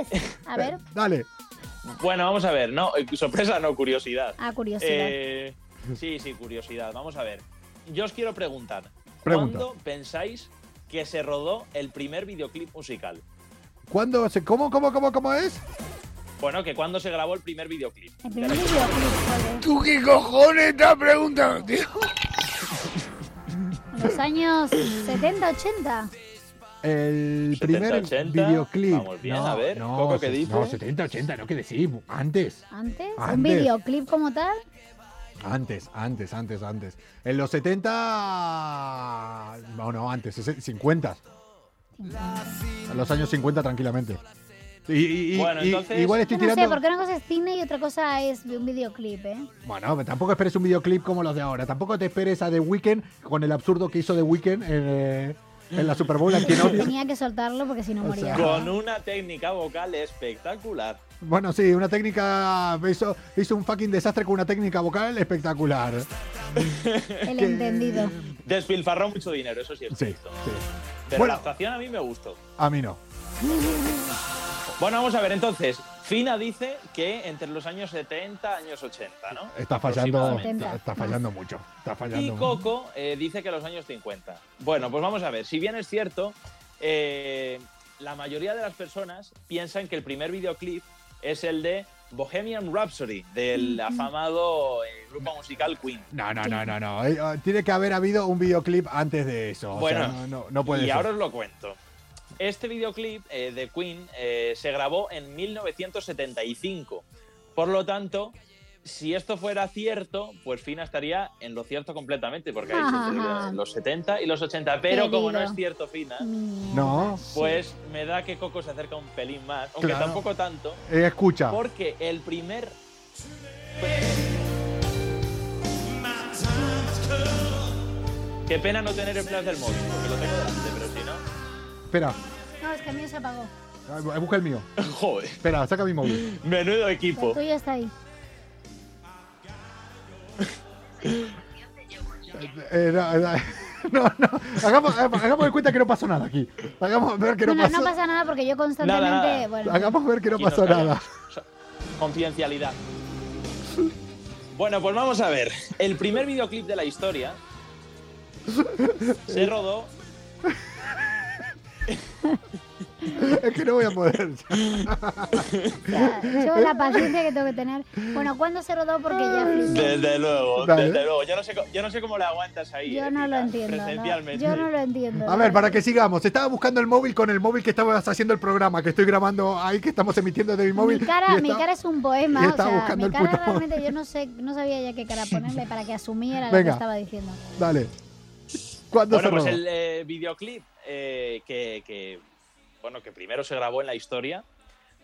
S1: *laughs*
S2: es? A ver,
S1: Dale.
S11: Bueno, vamos a ver, no, eh, sorpresa no, curiosidad.
S2: a Ah, curiosidad.
S11: Eh, sí, sí, curiosidad. Vamos a ver. Yo os quiero preguntar.
S1: Pregunta.
S11: ¿Cuándo pensáis que se rodó el primer videoclip musical?
S1: ¿Cuándo se.? ¿Cómo, cómo, cómo, cómo es?
S11: Bueno, que cuándo se grabó el primer videoclip.
S2: El primer videoclip,
S4: ¿Tú qué cojones estás preguntando, tío?
S2: joder. Los años 70, 80.
S1: El
S11: 70,
S1: primer
S11: 80,
S1: videoclip.
S11: vamos bien, a ver,
S1: no,
S11: Coco, ¿qué
S1: se-
S11: dice?
S1: No, 70, 80, no, que decimos. Antes.
S2: ¿Antes? ¿Un
S1: Antes.
S2: videoclip como tal?
S1: Antes, antes, antes, antes. En los 70. No, no, antes, sesen- 50. En los años 50, tranquilamente. Y, y- y-
S11: Bueno,
S1: y-
S11: entonces-
S1: igual estoy
S2: Yo no sé,
S1: tirando.
S2: porque una cosa es cine y otra cosa es un videoclip, ¿eh?
S1: Bueno, pero tampoco esperes un videoclip como los de ahora. Tampoco te esperes a The Weeknd con el absurdo que hizo The Weeknd en, eh, en la Super Bowl. ¿a quién odias?
S2: Tenía que soltarlo porque si no moría.
S11: Con una técnica vocal espectacular.
S1: Bueno, sí, una técnica. Hizo, hizo un fucking desastre con una técnica vocal espectacular.
S2: El
S1: que-
S2: entendido.
S11: Despilfarró mucho dinero, eso sí es
S1: Sí,
S11: cierto.
S1: sí.
S11: Pero
S1: Bueno.
S11: la actuación a mí me gustó.
S1: A mí no.
S11: Bueno, vamos a ver entonces. Fina dice que entre los años 70 años 80, ¿no?
S1: Está fallando,
S11: Aproximadamente.
S1: está, está fallando mucho. Está
S11: Y
S1: fallando mucho.
S11: Coco eh, dice que los años 50. Bueno, pues vamos a ver. Si bien es cierto, eh, la mayoría de las personas piensan que el primer videoclip es el de Bohemian Rhapsody, del afamado eh, grupo musical Queen.
S1: No, no, no, no, no. Eh, eh, Tiene que haber habido un videoclip antes de eso. O
S11: Bueno,
S1: sea, no, no, no puede
S11: y
S1: ser.
S11: ahora os lo cuento. Este videoclip eh, de Queen eh, se grabó en 1975. Por lo tanto, si esto fuera cierto, pues Fina estaría en lo cierto completamente, porque ahí se celebran los 70 y los 80. Pero como no
S2: Querido.
S11: es cierto, Fina,
S2: Mm.
S1: No,
S11: pues me da que Coco se acerca un pelín más, aunque
S1: Claro.
S11: tampoco tanto,
S1: eh, escucha.
S11: porque el primer. Qué pena no tener el flash del móvil, porque lo tengo delante, pero si no.
S1: Espera,
S2: No, es que el mío se apagó.
S1: eh, busca el mío.
S11: *laughs* Joder,
S1: Espera, saca mi móvil.
S11: menudo
S2: El
S11: equipo.
S2: tuyo está ahí.
S1: Eh, *laughs* no, no, no, no. Hagamos, eh, hagamos de cuenta que no pasó nada aquí. Hagamos ver que no,
S2: Bueno,
S1: pasó.
S2: no pasa nada porque yo constantemente.
S11: Nada, nada.
S2: Bueno,
S1: Hagamos ver que no
S11: Aquí nos
S1: pasó nada. *laughs*
S11: callamos. Confidencialidad. Bueno, pues vamos a ver. El primer videoclip de la historia se rodó
S1: Es que no voy a poder.
S2: Yo la paciencia que tengo que tener. Bueno, ¿cuándo se rodó? Porque ya flipé.
S11: Desde luego,
S1: Dale.
S11: desde luego. Yo no, sé, co- yo no sé cómo la aguantas ahí.
S2: Yo
S11: eh,
S2: no lo
S11: Pilar,
S2: entiendo. ¿no?
S11: Presencialmente.
S2: Yo no lo entiendo.
S1: A ver, para que sigamos. Estaba buscando el móvil con el móvil que estabas haciendo el programa, que estoy grabando ahí, que estamos emitiendo desde mi móvil.
S2: Mi
S1: y
S2: cara, mi
S1: está-
S2: cara es un
S1: y
S2: poema. O
S1: estaba
S2: sea,
S1: buscando el
S2: mi cara
S1: puto móvil.
S2: realmente yo no sé, no sabía ya
S1: *laughs*
S2: qué cara ponerle para que asumiera lo que
S1: Venga.
S2: estaba diciendo.
S1: Dale. ¿Cuándo
S11: Bueno,
S1: se
S11: pues
S1: rodó?
S11: el eh, videoclip eh, que, que, bueno, que primero se grabó en la historia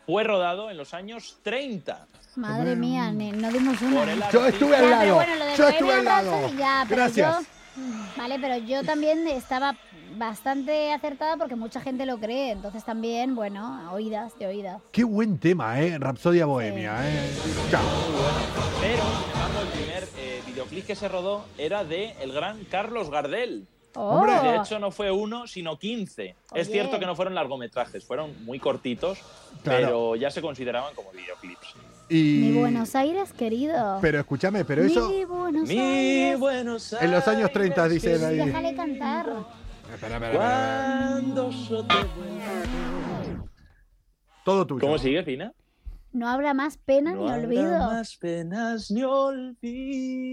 S11: fue rodado en los años 30.
S2: Madre mía, ne- no dimos
S11: Por el
S2: una.
S1: Yo estuve al
S2: Ya, pero
S1: lado.
S2: bueno, lo de
S1: yo
S2: Bohemian
S1: estuve al lado.
S2: Rhapsody, ya, pero
S1: Gracias.
S2: yo- mm, vale, pero yo también estaba bastante acertada porque mucha gente lo cree. Entonces también, bueno, a oídas, de oídas.
S1: Qué buen tema, ¿eh? Rapsodia Bohemia, ¿eh? Chao.
S11: Pero, sin embargo, el primer eh, videoclip que se rodó era de el gran Carlos Gardel.
S2: Oh,
S1: Hombre.
S11: De hecho, no fue uno, sino 15. Es
S2: Oye.
S11: cierto que no fueron largometrajes, fueron muy cortitos,
S1: Claro.
S11: pero ya se consideraban como videoclips.
S1: Y...
S2: mi Buenos Aires, querido.
S1: Pero escúchame, pero eso
S2: Mi Buenos
S11: Mi
S2: Aires.
S11: Buenos Aires.
S1: en los años 30 dicen ahí. Espera,
S2: Déjale cantar.
S1: espera, espera, espera.
S11: Cuando yo te vuelva.
S1: Todo tuyo.
S11: ¿Cómo sigue, Fina?
S2: No habrá más pena ni
S11: habrá
S2: olvido.
S11: más penas ni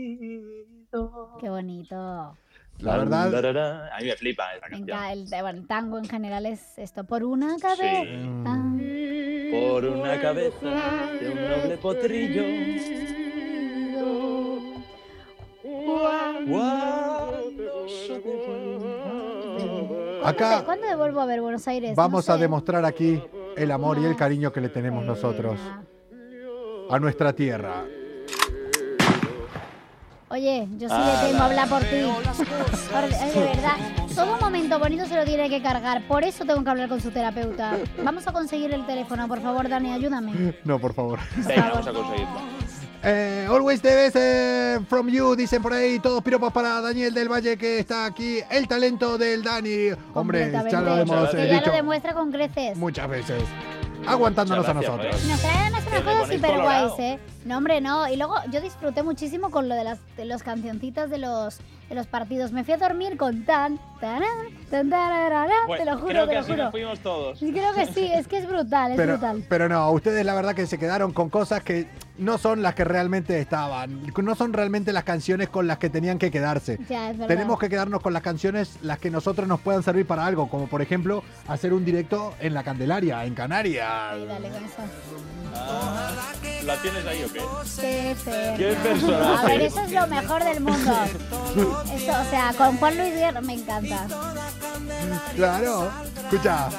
S11: olvido.
S2: Qué bonito.
S1: La verdad.
S11: Tararara. A mí me flipa esa
S2: Me
S11: canción.
S2: encanta el, bueno, el tango en general es esto por una eh, cabeza.
S11: Sí. Por una cabeza de un noble potrillo. Cuando yo te vuelva.
S1: Acá
S2: ¿Cuándo devuelvo a ver Buenos Aires?
S1: vamos
S2: No
S1: a
S2: sé.
S1: demostrar aquí el amor y el cariño que le
S11: Eh,
S1: tenemos
S2: Pena.
S1: nosotros
S2: Ah.
S1: a nuestra tierra.
S2: Oye, yo sí
S11: Ah,
S2: le tengo
S11: la-
S2: a hablar por ti. *laughs* Por- eh, de verdad, todo momento bonito se lo tiene que cargar. Por eso tengo que hablar con su terapeuta. Vamos a conseguir el teléfono, por favor, Dani, ayúdame.
S1: No, por favor.
S11: Venga, vamos a conseguirlo.
S1: Eh, always the best eh, from you, dicen por ahí. Todos piropos para Daniel del Valle que está aquí. El talento del Dani. Hombre, ya lo
S2: Completamente.
S1: hemos eh,
S2: Que ya
S1: dicho
S2: lo demuestra con creces.
S1: muchas veces. Aguantándonos
S11: Muchas
S1: a
S11: gracias,
S1: nosotros.
S2: Nos traen además unas
S11: Que me
S2: cosas
S11: ponéis
S2: super guays,
S11: colorado.
S2: ¿eh? No, hombre, no. Y luego yo disfruté muchísimo con lo de las de los cancioncitas de los de los partidos. Me fui a dormir con tan, tan, tan, tararara, te
S11: Bueno,
S2: lo juro,
S11: creo que
S2: te lo
S11: así
S2: juro.
S11: nos fuimos todos.
S2: Sí, Creo que sí, es que es brutal, es
S1: Pero,
S2: brutal.
S1: pero no, ustedes la verdad que se quedaron con cosas que no son las que realmente estaban. No son realmente las canciones con las que tenían que quedarse.
S2: Ya, es verdad.
S1: Tenemos que quedarnos con las canciones las que nosotros nos puedan servir para algo, como por ejemplo hacer un directo en la Candelaria, en Canarias.
S2: Ahí, dale, con eso.
S11: ¿La tienes ahí o qué?
S2: Qué fe-
S11: Qué personaje.
S2: A ver, eso es lo mejor del mundo. Esto, o sea, con Juan Luis Guerra me encanta.
S1: Claro. Escucha.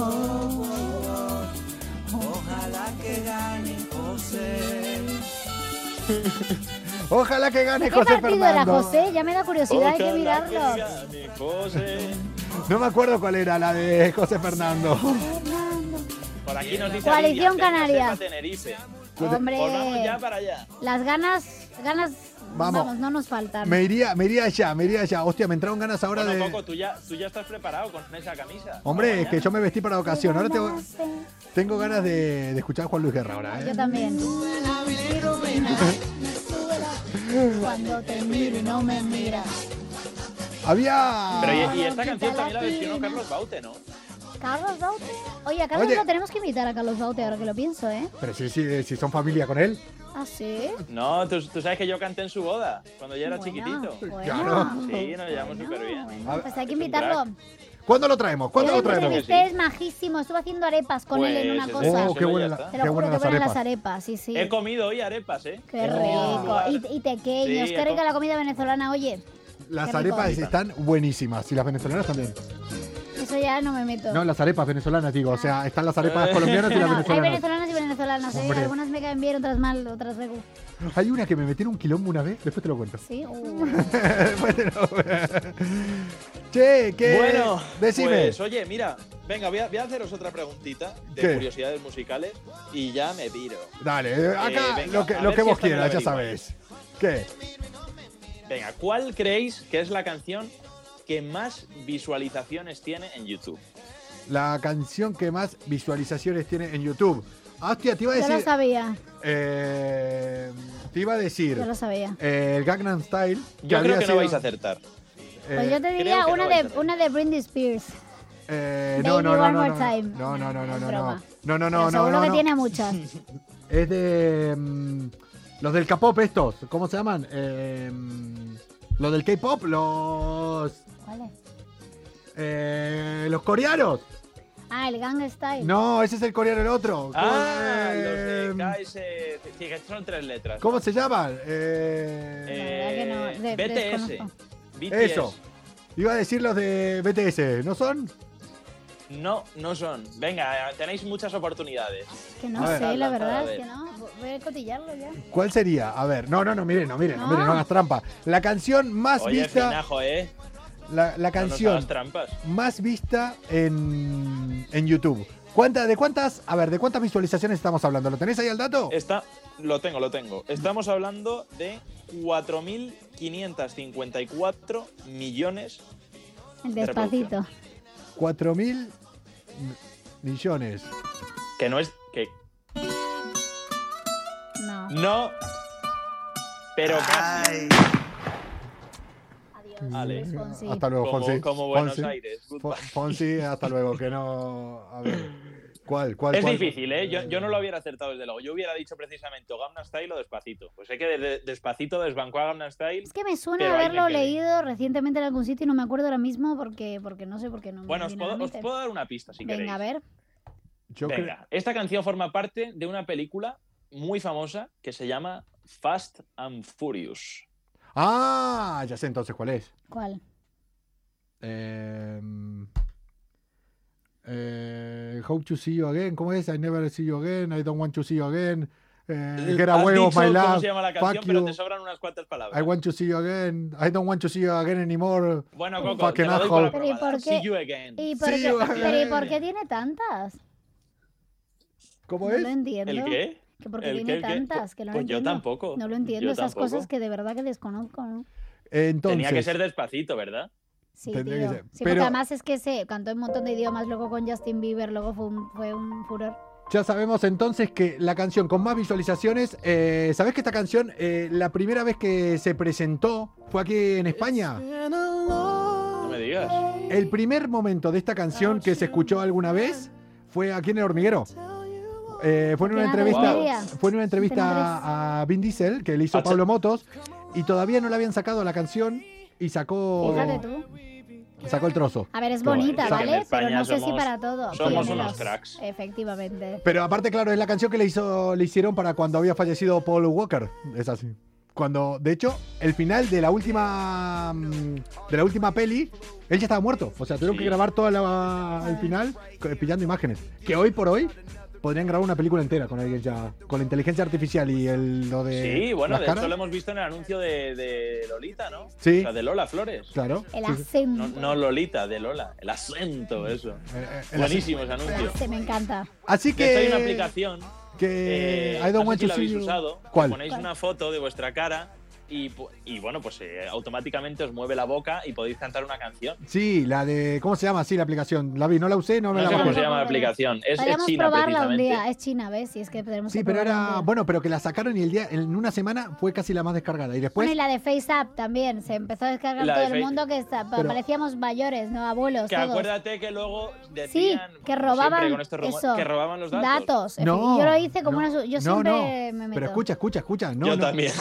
S1: *laughs* Ojalá que gane
S2: ¿Qué
S1: José
S2: partido era
S1: Fernando.
S2: José? Ya me da curiosidad, hay que
S11: Ojalá
S2: mirarlo.
S11: gane José.
S1: No me acuerdo cuál era la de José Fernando.
S11: Por aquí nos dice
S2: Coalición
S11: Lidia, de
S2: Canaria.
S11: Josefa, Tenerife.
S2: Hombre,
S11: Pues vamos ya para allá.
S2: las ganas, ganas,
S1: Vamos.
S2: vamos, no nos faltan.
S1: Me iría, me iría allá, me iría allá. Hostia, me entraron ganas ahora
S11: Bueno,
S1: de.
S11: Coco, tú ya, tú ya estás preparado con esa camisa.
S1: Hombre, es que yo me vestí para la ocasión. Ahora tengo,
S2: Yo
S1: tengo ganas de, de escuchar a Juan Luis Guerra ahora, ¿eh?
S2: también. Cuando te miro y no me miras.
S1: Había.
S11: Pero y, y esta canción también la versionó Carlos Baute, ¿no?
S2: Carlos Baute. Oye, a Carlos
S1: Oye.
S2: Baute tenemos que invitar a Carlos Baute ahora que lo pienso, ¿eh?
S1: Pero sí, sí, si son familia con él.
S2: Ah, sí.
S11: No, tú, tú sabes que yo canté en su boda, cuando yo era
S2: Bueno, pues
S11: chiquitito.
S2: bueno.
S1: Claro.
S11: Sí, nos llevamos
S2: Bueno,
S11: súper bien.
S2: bueno, pues hay que
S11: Es un
S2: invitarlo.
S11: crack.
S1: ¿Cuándo lo traemos? ¿Cuándo
S2: Yo
S1: lo
S2: lo
S1: traemos?
S2: entrevisté, es majísimo. Estuve haciendo arepas con él en una
S11: Pues,
S2: cosa.
S1: Oh, qué buena la-
S2: Te
S1: qué
S2: lo juro
S1: buenas
S2: que
S1: las
S2: buenas
S1: arepas.
S2: las arepas, sí, sí.
S11: He comido hoy arepas, ¿eh?
S2: Qué
S11: He comido en un
S2: rico.
S11: lugar.
S2: Y, y tequeños.
S11: Sí,
S2: qué rica
S11: he
S2: la comida venezolana, oye.
S1: Las
S2: Qué rico.
S1: arepas están buenísimas. Y las venezolanas también.
S2: Eso ya no me meto.
S1: No, las arepas venezolanas, digo. O sea, están las
S11: Eh.
S1: arepas colombianas y
S2: No,
S1: las
S2: no, hay
S1: venezolanas.
S2: venezolanas y venezolanas, ¿eh?
S1: Hombre.
S2: Algunas me caen bien, otras mal, otras de...
S1: Hay una que me metieron un quilombo una vez. Después te lo cuento. *laughs*
S2: Sí. uh.
S1: Después te lo Che, ¿qué?
S11: Bueno,
S1: decime.
S11: pues oye, mira, venga, voy a, voy a haceros otra preguntita de
S1: ¿Qué?
S11: curiosidades musicales y ya me piro.
S1: Dale, eh, acá
S11: venga,
S1: lo que,
S11: a
S1: lo
S11: ver
S1: que
S11: si
S1: vos
S11: esta me la
S1: quieras, ya
S11: averiguáis.
S1: sabes. ¿Qué?
S11: Venga, ¿cuál creéis que es la canción que más visualizaciones tiene en YouTube?
S1: La canción que más visualizaciones tiene en YouTube. Ah, Hostia, te iba a
S2: Ya
S1: decir.
S2: lo sabía,
S1: eh, te iba a decir.
S2: ya lo sabía.
S1: eh, el Gangnam Style.
S11: Yo creo
S1: había
S11: que no
S1: sido-
S11: vais a acertar.
S1: eh,
S2: Pues yo te diría
S11: que no
S2: una,
S11: vais a
S2: de,
S11: hacer.
S2: una de Britney Spears.
S1: eh,
S2: Baby
S1: no, no, no,
S2: One
S1: no,
S2: More
S1: no,
S2: Time.
S1: no, no, no, no, no, no,
S2: Broma.
S1: no, no, no,
S2: Pero
S1: no,
S2: seguro
S1: no,
S2: que
S1: no.
S2: tiene muchas.
S1: *laughs* Es de mm, los del K-pop estos, ¿cómo se llaman? Eh, mm, los del K-pop, los
S2: ¿Cuál es?
S1: eh, los coreanos.
S2: Ah, el Gang Style.
S1: No, ese es el coreano el otro.
S11: Ah,
S1: Eh,
S11: los de KS. Sí, que son tres letras.
S1: ¿Cómo se llaman? Eh,
S11: Eh,
S2: La verdad que no, de-
S11: BTS.
S2: desconozco.
S11: BTS.
S1: eso. Iba a decir los de BTS, ¿no son?
S11: No, no son. Venga, tenéis muchas oportunidades.
S2: Que no
S1: A ver.
S2: sé, la verdad
S11: A ver.
S2: es que no. Voy a cotillarlo ya.
S1: ¿Cuál sería? A ver, no, no, no, miren, no, miren, no, miren, no
S2: No.
S1: hagas trampa. La canción más
S11: Oye,
S1: vista.
S11: finajo, ¿eh?
S1: La, la
S11: No
S1: Ah, canción
S11: nos hagas trampas.
S1: más vista en, en YouTube. ¿Cuánta, ¿De cuántas? A ver, ¿de cuántas visualizaciones estamos hablando? ¿Lo tenéis ahí al dato?
S11: Está, lo tengo, lo tengo. Estamos hablando de 4.554 millones.
S2: El
S11: De reproducción.
S2: despacito.
S1: 4 mil millones.
S11: Que no es. que
S2: No.
S11: No. Pero casi.
S2: Adiós.
S11: Vale.
S2: Luis Fonsi.
S1: Hasta luego,
S11: Como-
S1: Fonsi.
S11: como Buenos
S1: Fonsi.
S11: Aires.
S1: Fon- Fonsi, hasta luego, que no. A ver. ¿Cuál? ¿Cuál?
S11: es
S1: cuál?
S11: difícil, ¿eh? Yo, yo no lo hubiera acertado desde luego. Yo hubiera dicho precisamente o Gangnam Style o Despacito. Pues sé que de- de- Despacito desbancó a Gangnam Style.
S2: Es que me suena
S11: Pero ahí me
S2: haberlo
S11: quedé.
S2: leído recientemente en algún sitio y no me acuerdo ahora mismo porque, porque no sé por qué no. me
S11: Bueno, os
S2: viene a la
S11: puedo, os
S2: mente.
S11: puedo dar una pista si queréis.
S2: Venga, a ver.
S1: Yo creo-
S11: Venga, esta canción forma parte de una película muy famosa que se llama Fast and Furious.
S1: Ah, ya sé entonces cuál es.
S2: ¿Cuál?
S1: Eh, eh, how to see you again. ¿Cómo es? I never see you again. I don't want to see you again. Eh, get
S11: Has
S1: away
S11: dicho
S1: of my
S11: cómo
S1: love.
S11: se llama la
S1: Fuck
S11: canción, pero
S1: you.
S11: te sobran unas cuantas palabras.
S1: I want to see you again. I don't want to see you again anymore.
S11: Bueno,
S1: Un
S11: Coco, te
S1: fucking
S11: la doy
S1: asshole.
S11: por
S2: Pero
S11: aprobada.
S2: ¿y por qué?
S11: See you again.
S2: ¿Y por
S1: Sí,
S2: qué,
S1: vale.
S2: pero ¿y por qué tiene tantas?
S1: ¿Cómo
S2: No
S1: es?
S2: lo entiendo.
S11: ¿El qué?
S2: Que por qué
S11: ¿El
S2: tiene
S11: qué, el qué?
S2: tantas, que no lo
S11: Pues yo
S2: entiendo.
S11: tampoco.
S2: No lo entiendo,
S11: Yo
S2: esas
S11: tampoco.
S2: cosas que de verdad que desconozco. ¿no?
S1: Entonces,
S11: Tenía que ser despacito, ¿verdad?
S2: Sí,
S1: Tendría
S2: tío.
S1: que ser.
S2: Sí,
S1: Pero-
S2: porque además es que se cantó en un montón de idiomas, luego con Justin Bieber, luego fue un, fue un furor.
S1: ya sabemos entonces que la canción con más visualizaciones. Eh, ¿Sabés que esta canción, eh, la primera vez que se presentó, fue aquí en España?
S11: No me digas.
S1: El primer momento de esta canción que se escuchó alguna vez fue aquí en el hormiguero. Eh, fue en una
S2: Porque nada,
S1: entrevista,
S2: Wikipedia.
S1: fue en una entrevista a Vin Diesel que le hizo
S11: Ah, sí.
S1: Pablo Motos y todavía no le habían sacado la canción y sacó,
S2: Fíjate tú.
S1: sacó el trozo.
S2: A ver, es
S11: Qué bueno,
S2: bonita,
S11: es que en
S2: ¿vale? Pero
S11: España
S2: no sé si
S11: somos-
S2: para todo.
S11: somos
S2: Pioneros,
S11: unos cracks.
S2: Efectivamente.
S1: Pero aparte, claro, es la canción que le hizo, le hicieron para cuando había fallecido Paul Walker. Es así. Cuando, de hecho, el final de la última mm, de la última peli, él ya estaba muerto. O sea, tuvieron
S11: Sí.
S1: que grabar todo el final co- pillando imágenes. Que hoy por hoy podrían grabar una película entera con alguien ya. Con la inteligencia artificial y el lo de.
S11: Sí, bueno,
S1: las
S11: de
S1: caras.
S11: hecho lo hemos visto en el anuncio de, de Lolita, ¿no?
S1: Sí.
S11: O sea, de Lola Flores.
S1: Claro.
S2: El
S1: Sí, Eh, sí.
S2: acento.
S11: No, no Lolita, de Lola. El acento, eso.
S1: Eh, eh, el
S11: Buenísimo ese anuncio.
S2: Se me encanta.
S1: Así
S11: De hecho, hay una
S1: que.
S11: aplicación
S1: Que.
S11: eh,
S1: I don't
S11: no sé
S1: want
S11: si
S1: to
S11: la
S1: see
S11: habéis
S1: you.
S11: usado. que
S1: ¿Cuál?
S11: Ponéis una foto de vuestra cara y, pu- y bueno, pues eh, automáticamente os mueve la boca y podéis cantar una canción.
S1: Sí, la de. ¿Cómo se llama? Sí, la aplicación. La vi, no la usé, no me
S11: No
S1: la
S11: sé cómo
S1: bajé.
S11: se llama la
S2: Podríamos
S11: aplicación. Es, es
S2: Podríamos
S11: China,
S2: probarla un
S11: precisamente.
S2: día. Es China, ¿ves? Si es que tenemos
S1: Sí,
S2: que
S1: pero
S2: probarla un
S1: era.
S2: día.
S1: Bueno, pero que la sacaron y el día, en una semana fue casi la más descargada. Y después.
S2: Bueno, y la de FaceApp también. Se empezó a descargar
S11: La de
S2: todo el
S11: Face-
S2: mundo que está,
S1: Pero-
S2: parecíamos mayores, ¿no? Abuelos,
S11: Que
S2: todos.
S11: acuérdate que luego
S2: Sí,
S11: decían
S2: que
S11: como siempre
S2: robaban,
S11: con estos rumores,
S2: eso,
S11: que robaban los datos.
S2: datos. en fin,
S1: no.
S2: y yo lo hice como
S1: no,
S2: una. su- Yo
S1: no,
S2: siempre
S1: no,
S2: me meto.
S1: Pero escucha, escucha, escucha. No,
S11: Yo
S1: no, *laughs*
S11: también.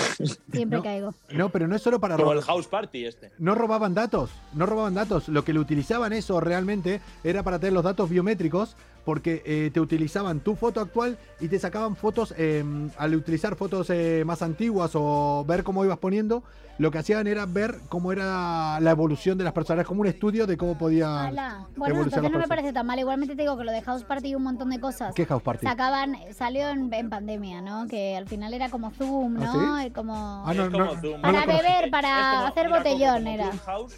S2: Siempre
S1: no.
S2: caigo.
S1: No, pero no es solo para
S11: Como el
S1: robar.
S11: house party este.
S1: No robaban datos, no robaban datos. Lo que lo utilizaban eso realmente era para tener los datos biométricos, porque eh, te utilizaban tu foto actual y te sacaban fotos, eh, al utilizar fotos eh, más antiguas o ver cómo ibas poniendo, lo que hacían era ver cómo era la evolución de las personas, Era como un estudio de cómo podía
S2: Ala.
S1: evolucionar
S2: Bueno, entonces
S1: las
S2: no me
S1: personas.
S2: parece tan mal. Igualmente te digo que lo de House Party y un montón de cosas.
S1: ¿Qué house party?
S2: Sacaban, salió en, en pandemia, ¿no? Que al final era como Zoom,
S1: ¿Ah,
S2: ¿no? Y Como
S1: Ah, no,
S11: Es como
S1: no,
S11: Zoom.
S1: no lo
S2: Para
S1: conocí.
S2: beber,
S11: Es como-
S2: para hacer
S11: mira,
S2: botellón
S11: como, como
S2: era.
S11: Clubhouse,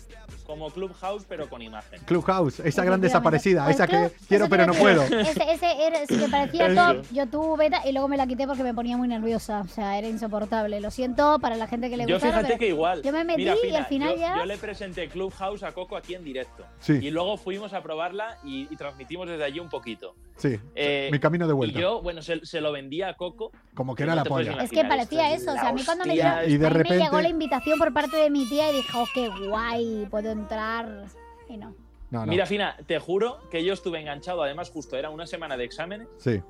S11: Como Clubhouse, pero con imagen.
S1: Clubhouse, esa gran desaparecida,
S2: Pues
S1: esa que
S2: Club-
S1: quiero
S2: eso
S1: pero
S2: te
S1: no
S2: iba a
S1: puedo.
S2: decir. Ese, ese era, si
S1: *laughs*
S2: te parecía
S1: Eso.
S2: top, yo tuve beta y luego me la quité porque me ponía muy nerviosa. O sea, era insoportable. Lo siento para la gente que le
S11: Yo
S2: gustara,
S11: fíjate
S2: pero
S11: que igual.
S2: Yo me metí
S11: Mira,
S2: y
S11: Fina,
S2: al final
S11: yo,
S2: ya.
S11: yo le presenté Clubhouse a Coco aquí en directo.
S1: Sí.
S11: Y luego fuimos a probarla y, y transmitimos desde allí un poquito.
S1: Sí,
S11: Eh,
S1: mi camino de
S11: Y
S1: vuelta.
S11: yo, bueno, se, se lo vendía a Coco.
S1: Como que era
S11: no
S1: la
S11: te puedes
S1: polla.
S2: Es que
S11: imaginar,
S2: parecía
S11: esto
S2: eso,
S11: es
S2: o sea, a mí
S11: la
S2: cuando me,
S11: hostia,
S2: llegó-
S1: Y- y de
S2: a mí me
S1: repente-
S2: llegó la invitación por parte de mi tía y dije, oh, qué guay, puedo entrar. Y no.
S1: Ah, No, no.
S11: Mira, Fina, te juro que yo estuve enganchado, además justo era una semana de exámenes,
S1: Sí.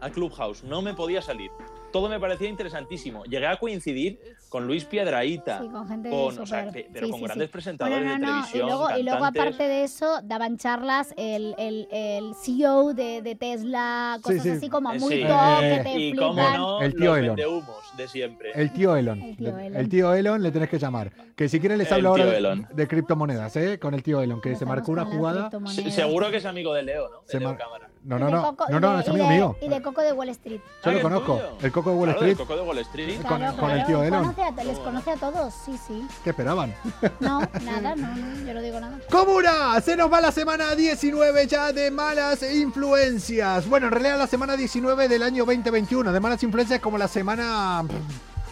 S11: a Clubhouse, no me podía salir. Todo me parecía interesantísimo. Llegué a coincidir con Luis Piedraíta,
S2: Sí, con gente
S11: con, Oh, o sea,
S2: súper-
S11: pe- pero
S2: sí,
S11: con
S2: sí,
S11: grandes
S2: sí.
S11: presentadores
S2: Bueno, no,
S11: de
S2: no,
S11: televisión,
S2: Y luego, y luego,
S11: cantantes.
S2: aparte de eso, daban charlas el, el, el CEO de, de Tesla, cosas
S1: sí.
S2: así como
S11: Eh,
S2: muy
S11: sí.
S2: top,
S1: Eh,
S2: que te
S11: y
S2: flipan.
S11: cómo no,
S1: El tío
S11: los
S1: Elon.
S11: vendehumos de siempre.
S1: El tío Elon.
S2: El tío
S1: Le-
S2: Elon.
S1: El tío Elon le tenés que llamar. Que si quieres les
S11: El
S1: hablo
S11: tío
S1: ahora de,
S11: Elon.
S1: de criptomonedas, ¿eh? Con el tío Elon, que
S2: Nos
S1: se
S2: vamos
S1: marcó una
S2: con las
S1: jugada.
S11: Se-
S2: criptomonedas.
S11: Seguro que es amigo de Leo, ¿no? De
S1: Se
S11: Leo
S1: mar-
S11: Cámara.
S1: No,
S2: Y
S1: no,
S2: de
S1: no.
S2: Coco-
S1: No,
S2: y
S1: no,
S2: de-
S1: es
S2: y
S1: amigo
S2: de-
S1: mío.
S2: Y de Coco de Wall Street.
S1: Yo
S11: Ah,
S1: lo
S11: ¿es
S1: conozco.
S11: tuyo?
S1: El Coco de Wall
S11: Claro,
S1: Street.
S11: el Coco de Wall Street.
S1: Con-
S2: Claro,
S1: con el
S2: claro,
S1: tío Elon.
S2: conoce a- les conoce a todos, sí, sí.
S1: ¿Qué esperaban?
S2: No, nada, no, no, yo no digo nada.
S1: ¡Comuna! Se nos va la semana 19 ya de malas influencias. Bueno, en realidad la semana 19 del año 2021. De malas influencias como la semana...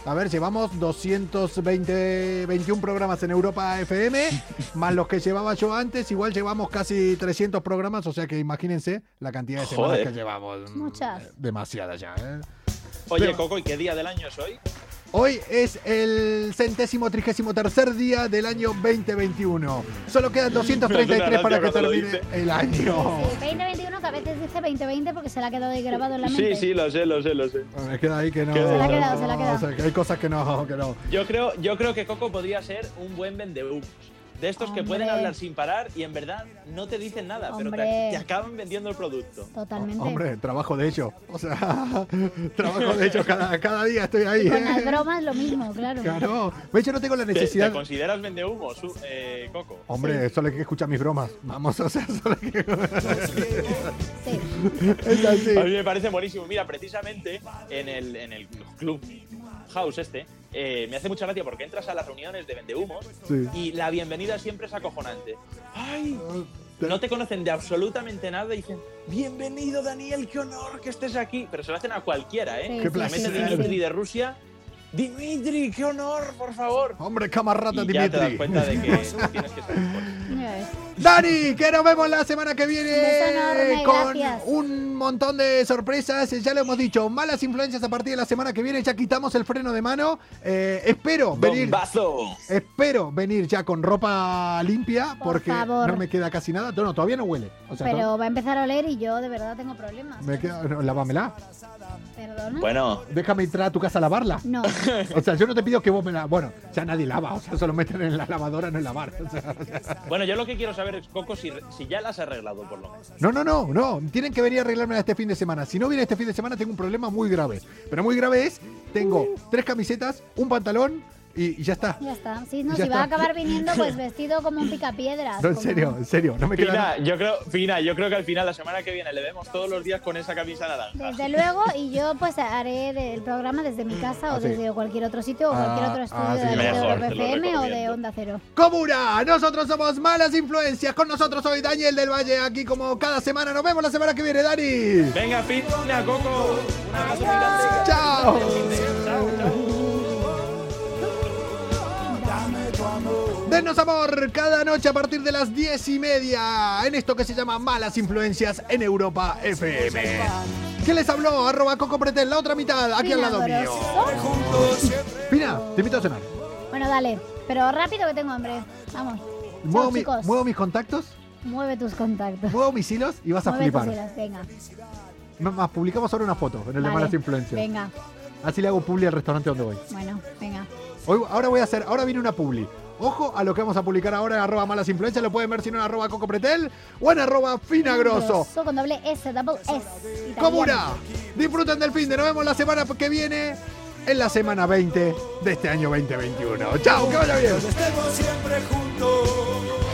S1: A ver, llevamos 220, 21 programas en Europa FM, más los que llevaba yo antes, igual llevamos casi 300 programas, o sea que imagínense la cantidad de semanas
S11: Joder.
S1: que llevamos.
S2: Muchas.
S1: Demasiada ya, ¿eh?
S11: Oye,
S1: Pero-
S11: Coco, ¿y qué día del año es hoy?
S1: Hoy es el centésimo trigésimo tercer día del año 2021. Solo quedan
S11: *laughs*
S1: 233 para que
S11: Cuando lo
S1: termine
S11: dice.
S1: el
S2: *laughs*
S1: año.
S2: Sí, 2021 que a veces dice 2020 porque se la ha quedado ahí grabado en la
S11: Sí,
S2: mente.
S11: sí, lo sé, lo sé, lo sé.
S1: Me queda ahí que no.
S11: Se la ha
S2: quedado, se la ha
S1: no,
S2: quedado.
S1: o sea, que hay cosas que no, que no.
S11: Yo creo, yo creo que Coco podría ser un buen vendehumos. De estos que pueden
S2: Hombre.
S11: hablar sin parar y en verdad no te dicen nada, pero
S2: Hombre. Pues
S11: te, te acaban vendiendo el producto.
S2: Totalmente.
S1: Hombre, trabajo de ellos. O sea, *laughs* trabajo de ellos cada, cada día estoy ahí.
S2: Y con las
S1: ¿eh?
S2: bromas lo mismo, claro.
S1: Claro. Ve, yo no tengo la
S11: ¿Te, te
S1: necesidad.
S11: consideras vendehumos, su- eh, Coco?
S1: Hombre, solo hay que escuchar mis bromas. Vamos, o sea, solo hay
S11: *laughs*
S1: que. *laughs*
S2: Sí.
S1: Es así.
S11: A mí me parece buenísimo. Mira, precisamente en el, en el club house este, eh, me hace mucha gracia porque entras a las reuniones de vendehumos
S1: Sí.
S11: y la bienvenida siempre es acojonante. ¡Ay! No te conocen de absolutamente nada y dicen, bienvenido Daniel, qué honor que estés aquí. Pero se lo hacen a cualquiera, ¿eh?
S2: Sí,
S1: Qué
S2: sí,
S11: La
S1: placer.
S11: mete
S2: sí,
S11: Dimitri
S2: sí.
S11: de Rusia. Dimitri, qué honor, por favor.
S1: Hombre, camarada
S11: Y ya te das
S1: Dimitri.
S11: cuenta
S1: *laughs*
S11: de que tienes que ser fuerte.
S2: Ya ves.
S1: Dani, que nos vemos la semana que viene
S2: Un beso enorme,
S1: con
S2: gracias.
S1: un montón de sorpresas. Ya lo hemos dicho, malas influencias a partir de la semana que viene. Ya quitamos el freno de mano. Eh, espero venir.
S11: ¡Bombazo!
S1: Espero venir ya con ropa limpia
S2: Por
S1: porque
S2: favor.
S1: no me queda casi nada. No, no, todavía no huele. O sea,
S2: Pero va a empezar a oler y yo de verdad tengo problemas.
S1: to- me queda, no, lávámela.
S2: ¿Perdona?
S11: Bueno,
S1: Déjame entrar a tu casa a lavarla.
S11: *laughs*
S2: No.
S1: O sea, yo no te pido que vos me la. Bueno, ya nadie lava. O sea, solo meten en la lavadora, no en lavar. O sea,
S11: bueno, yo lo que quiero saber es, Coco, si, si ya las has arreglado por lo menos.
S1: No, no, no, no. Tienen que venir a arreglármela este fin de semana. Si no viene este fin de semana, tengo un problema muy grave. Pero muy grave es, tengo tres camisetas, un pantalón y, y ya está.
S2: Ya está. Sí, no,
S1: Ya
S2: si va a
S1: está.
S2: acabar viniendo
S1: *laughs*
S2: pues vestido como un picapiedras.
S1: No, en
S2: como-
S1: serio, en serio. No me queda
S11: Fina,
S1: nada.
S11: yo creo, Fina, yo creo que al final, la semana que viene, le vemos todos los días con esa camisa naranja.
S2: Desde luego, y yo pues haré del programa desde mi casa
S1: Ah,
S2: o
S1: sí.
S2: desde cualquier otro sitio o
S1: Ah,
S2: cualquier otro
S1: ah,
S2: estudio
S1: sí.
S2: de, la
S11: Mejor,
S2: Europa
S11: te lo
S2: FM o de
S11: recomiendo.
S2: Onda Cero.
S1: Comuna, nosotros somos Malas Influencias. Con nosotros hoy Daniel del Valle, aquí como cada semana. Nos vemos la semana que viene, Dani.
S11: Venga, Fina, Coco. Un abrazo muy grande.
S1: Chao.
S11: Chao, chao.
S1: Denos amor cada noche a partir de las diez y media en esto que se llama Malas Influencias en Europa FM. ¿Qué les habló? Arroba Coco Pretel, la otra mitad, aquí al lado mío.
S2: Milagroso.
S1: Pina, te invito a cenar.
S2: Bueno, dale. Pero rápido que tengo hambre. Vamos.
S1: Muevo,
S2: Chao,
S1: mi-
S2: chicos.
S1: muevo mis contactos,
S2: Mueve tus contactos.
S1: muevo mis hilos y vas a
S2: Mueve tus
S1: flipar.
S2: hilos, venga.
S1: M- Más, publicamos ahora una foto en el de
S2: Vale.
S1: Malas Influencias.
S2: Venga,
S1: Así le hago publi al restaurante donde voy.
S2: bueno, venga.
S1: Hoy- ahora voy a hacer, ahora viene una publi. Ojo a lo que vamos a publicar ahora en arroba malas influencias. Lo pueden ver si no en arroba Coco Pretel o en arroba Finagroso.
S2: Grosso, Con doble S, double S. italiano.
S1: Comuna, disfruten del fin de. Nos vemos la semana que viene en la semana 20 de este año 2021. Chao, que vaya bien.
S8: Estemos siempre juntos.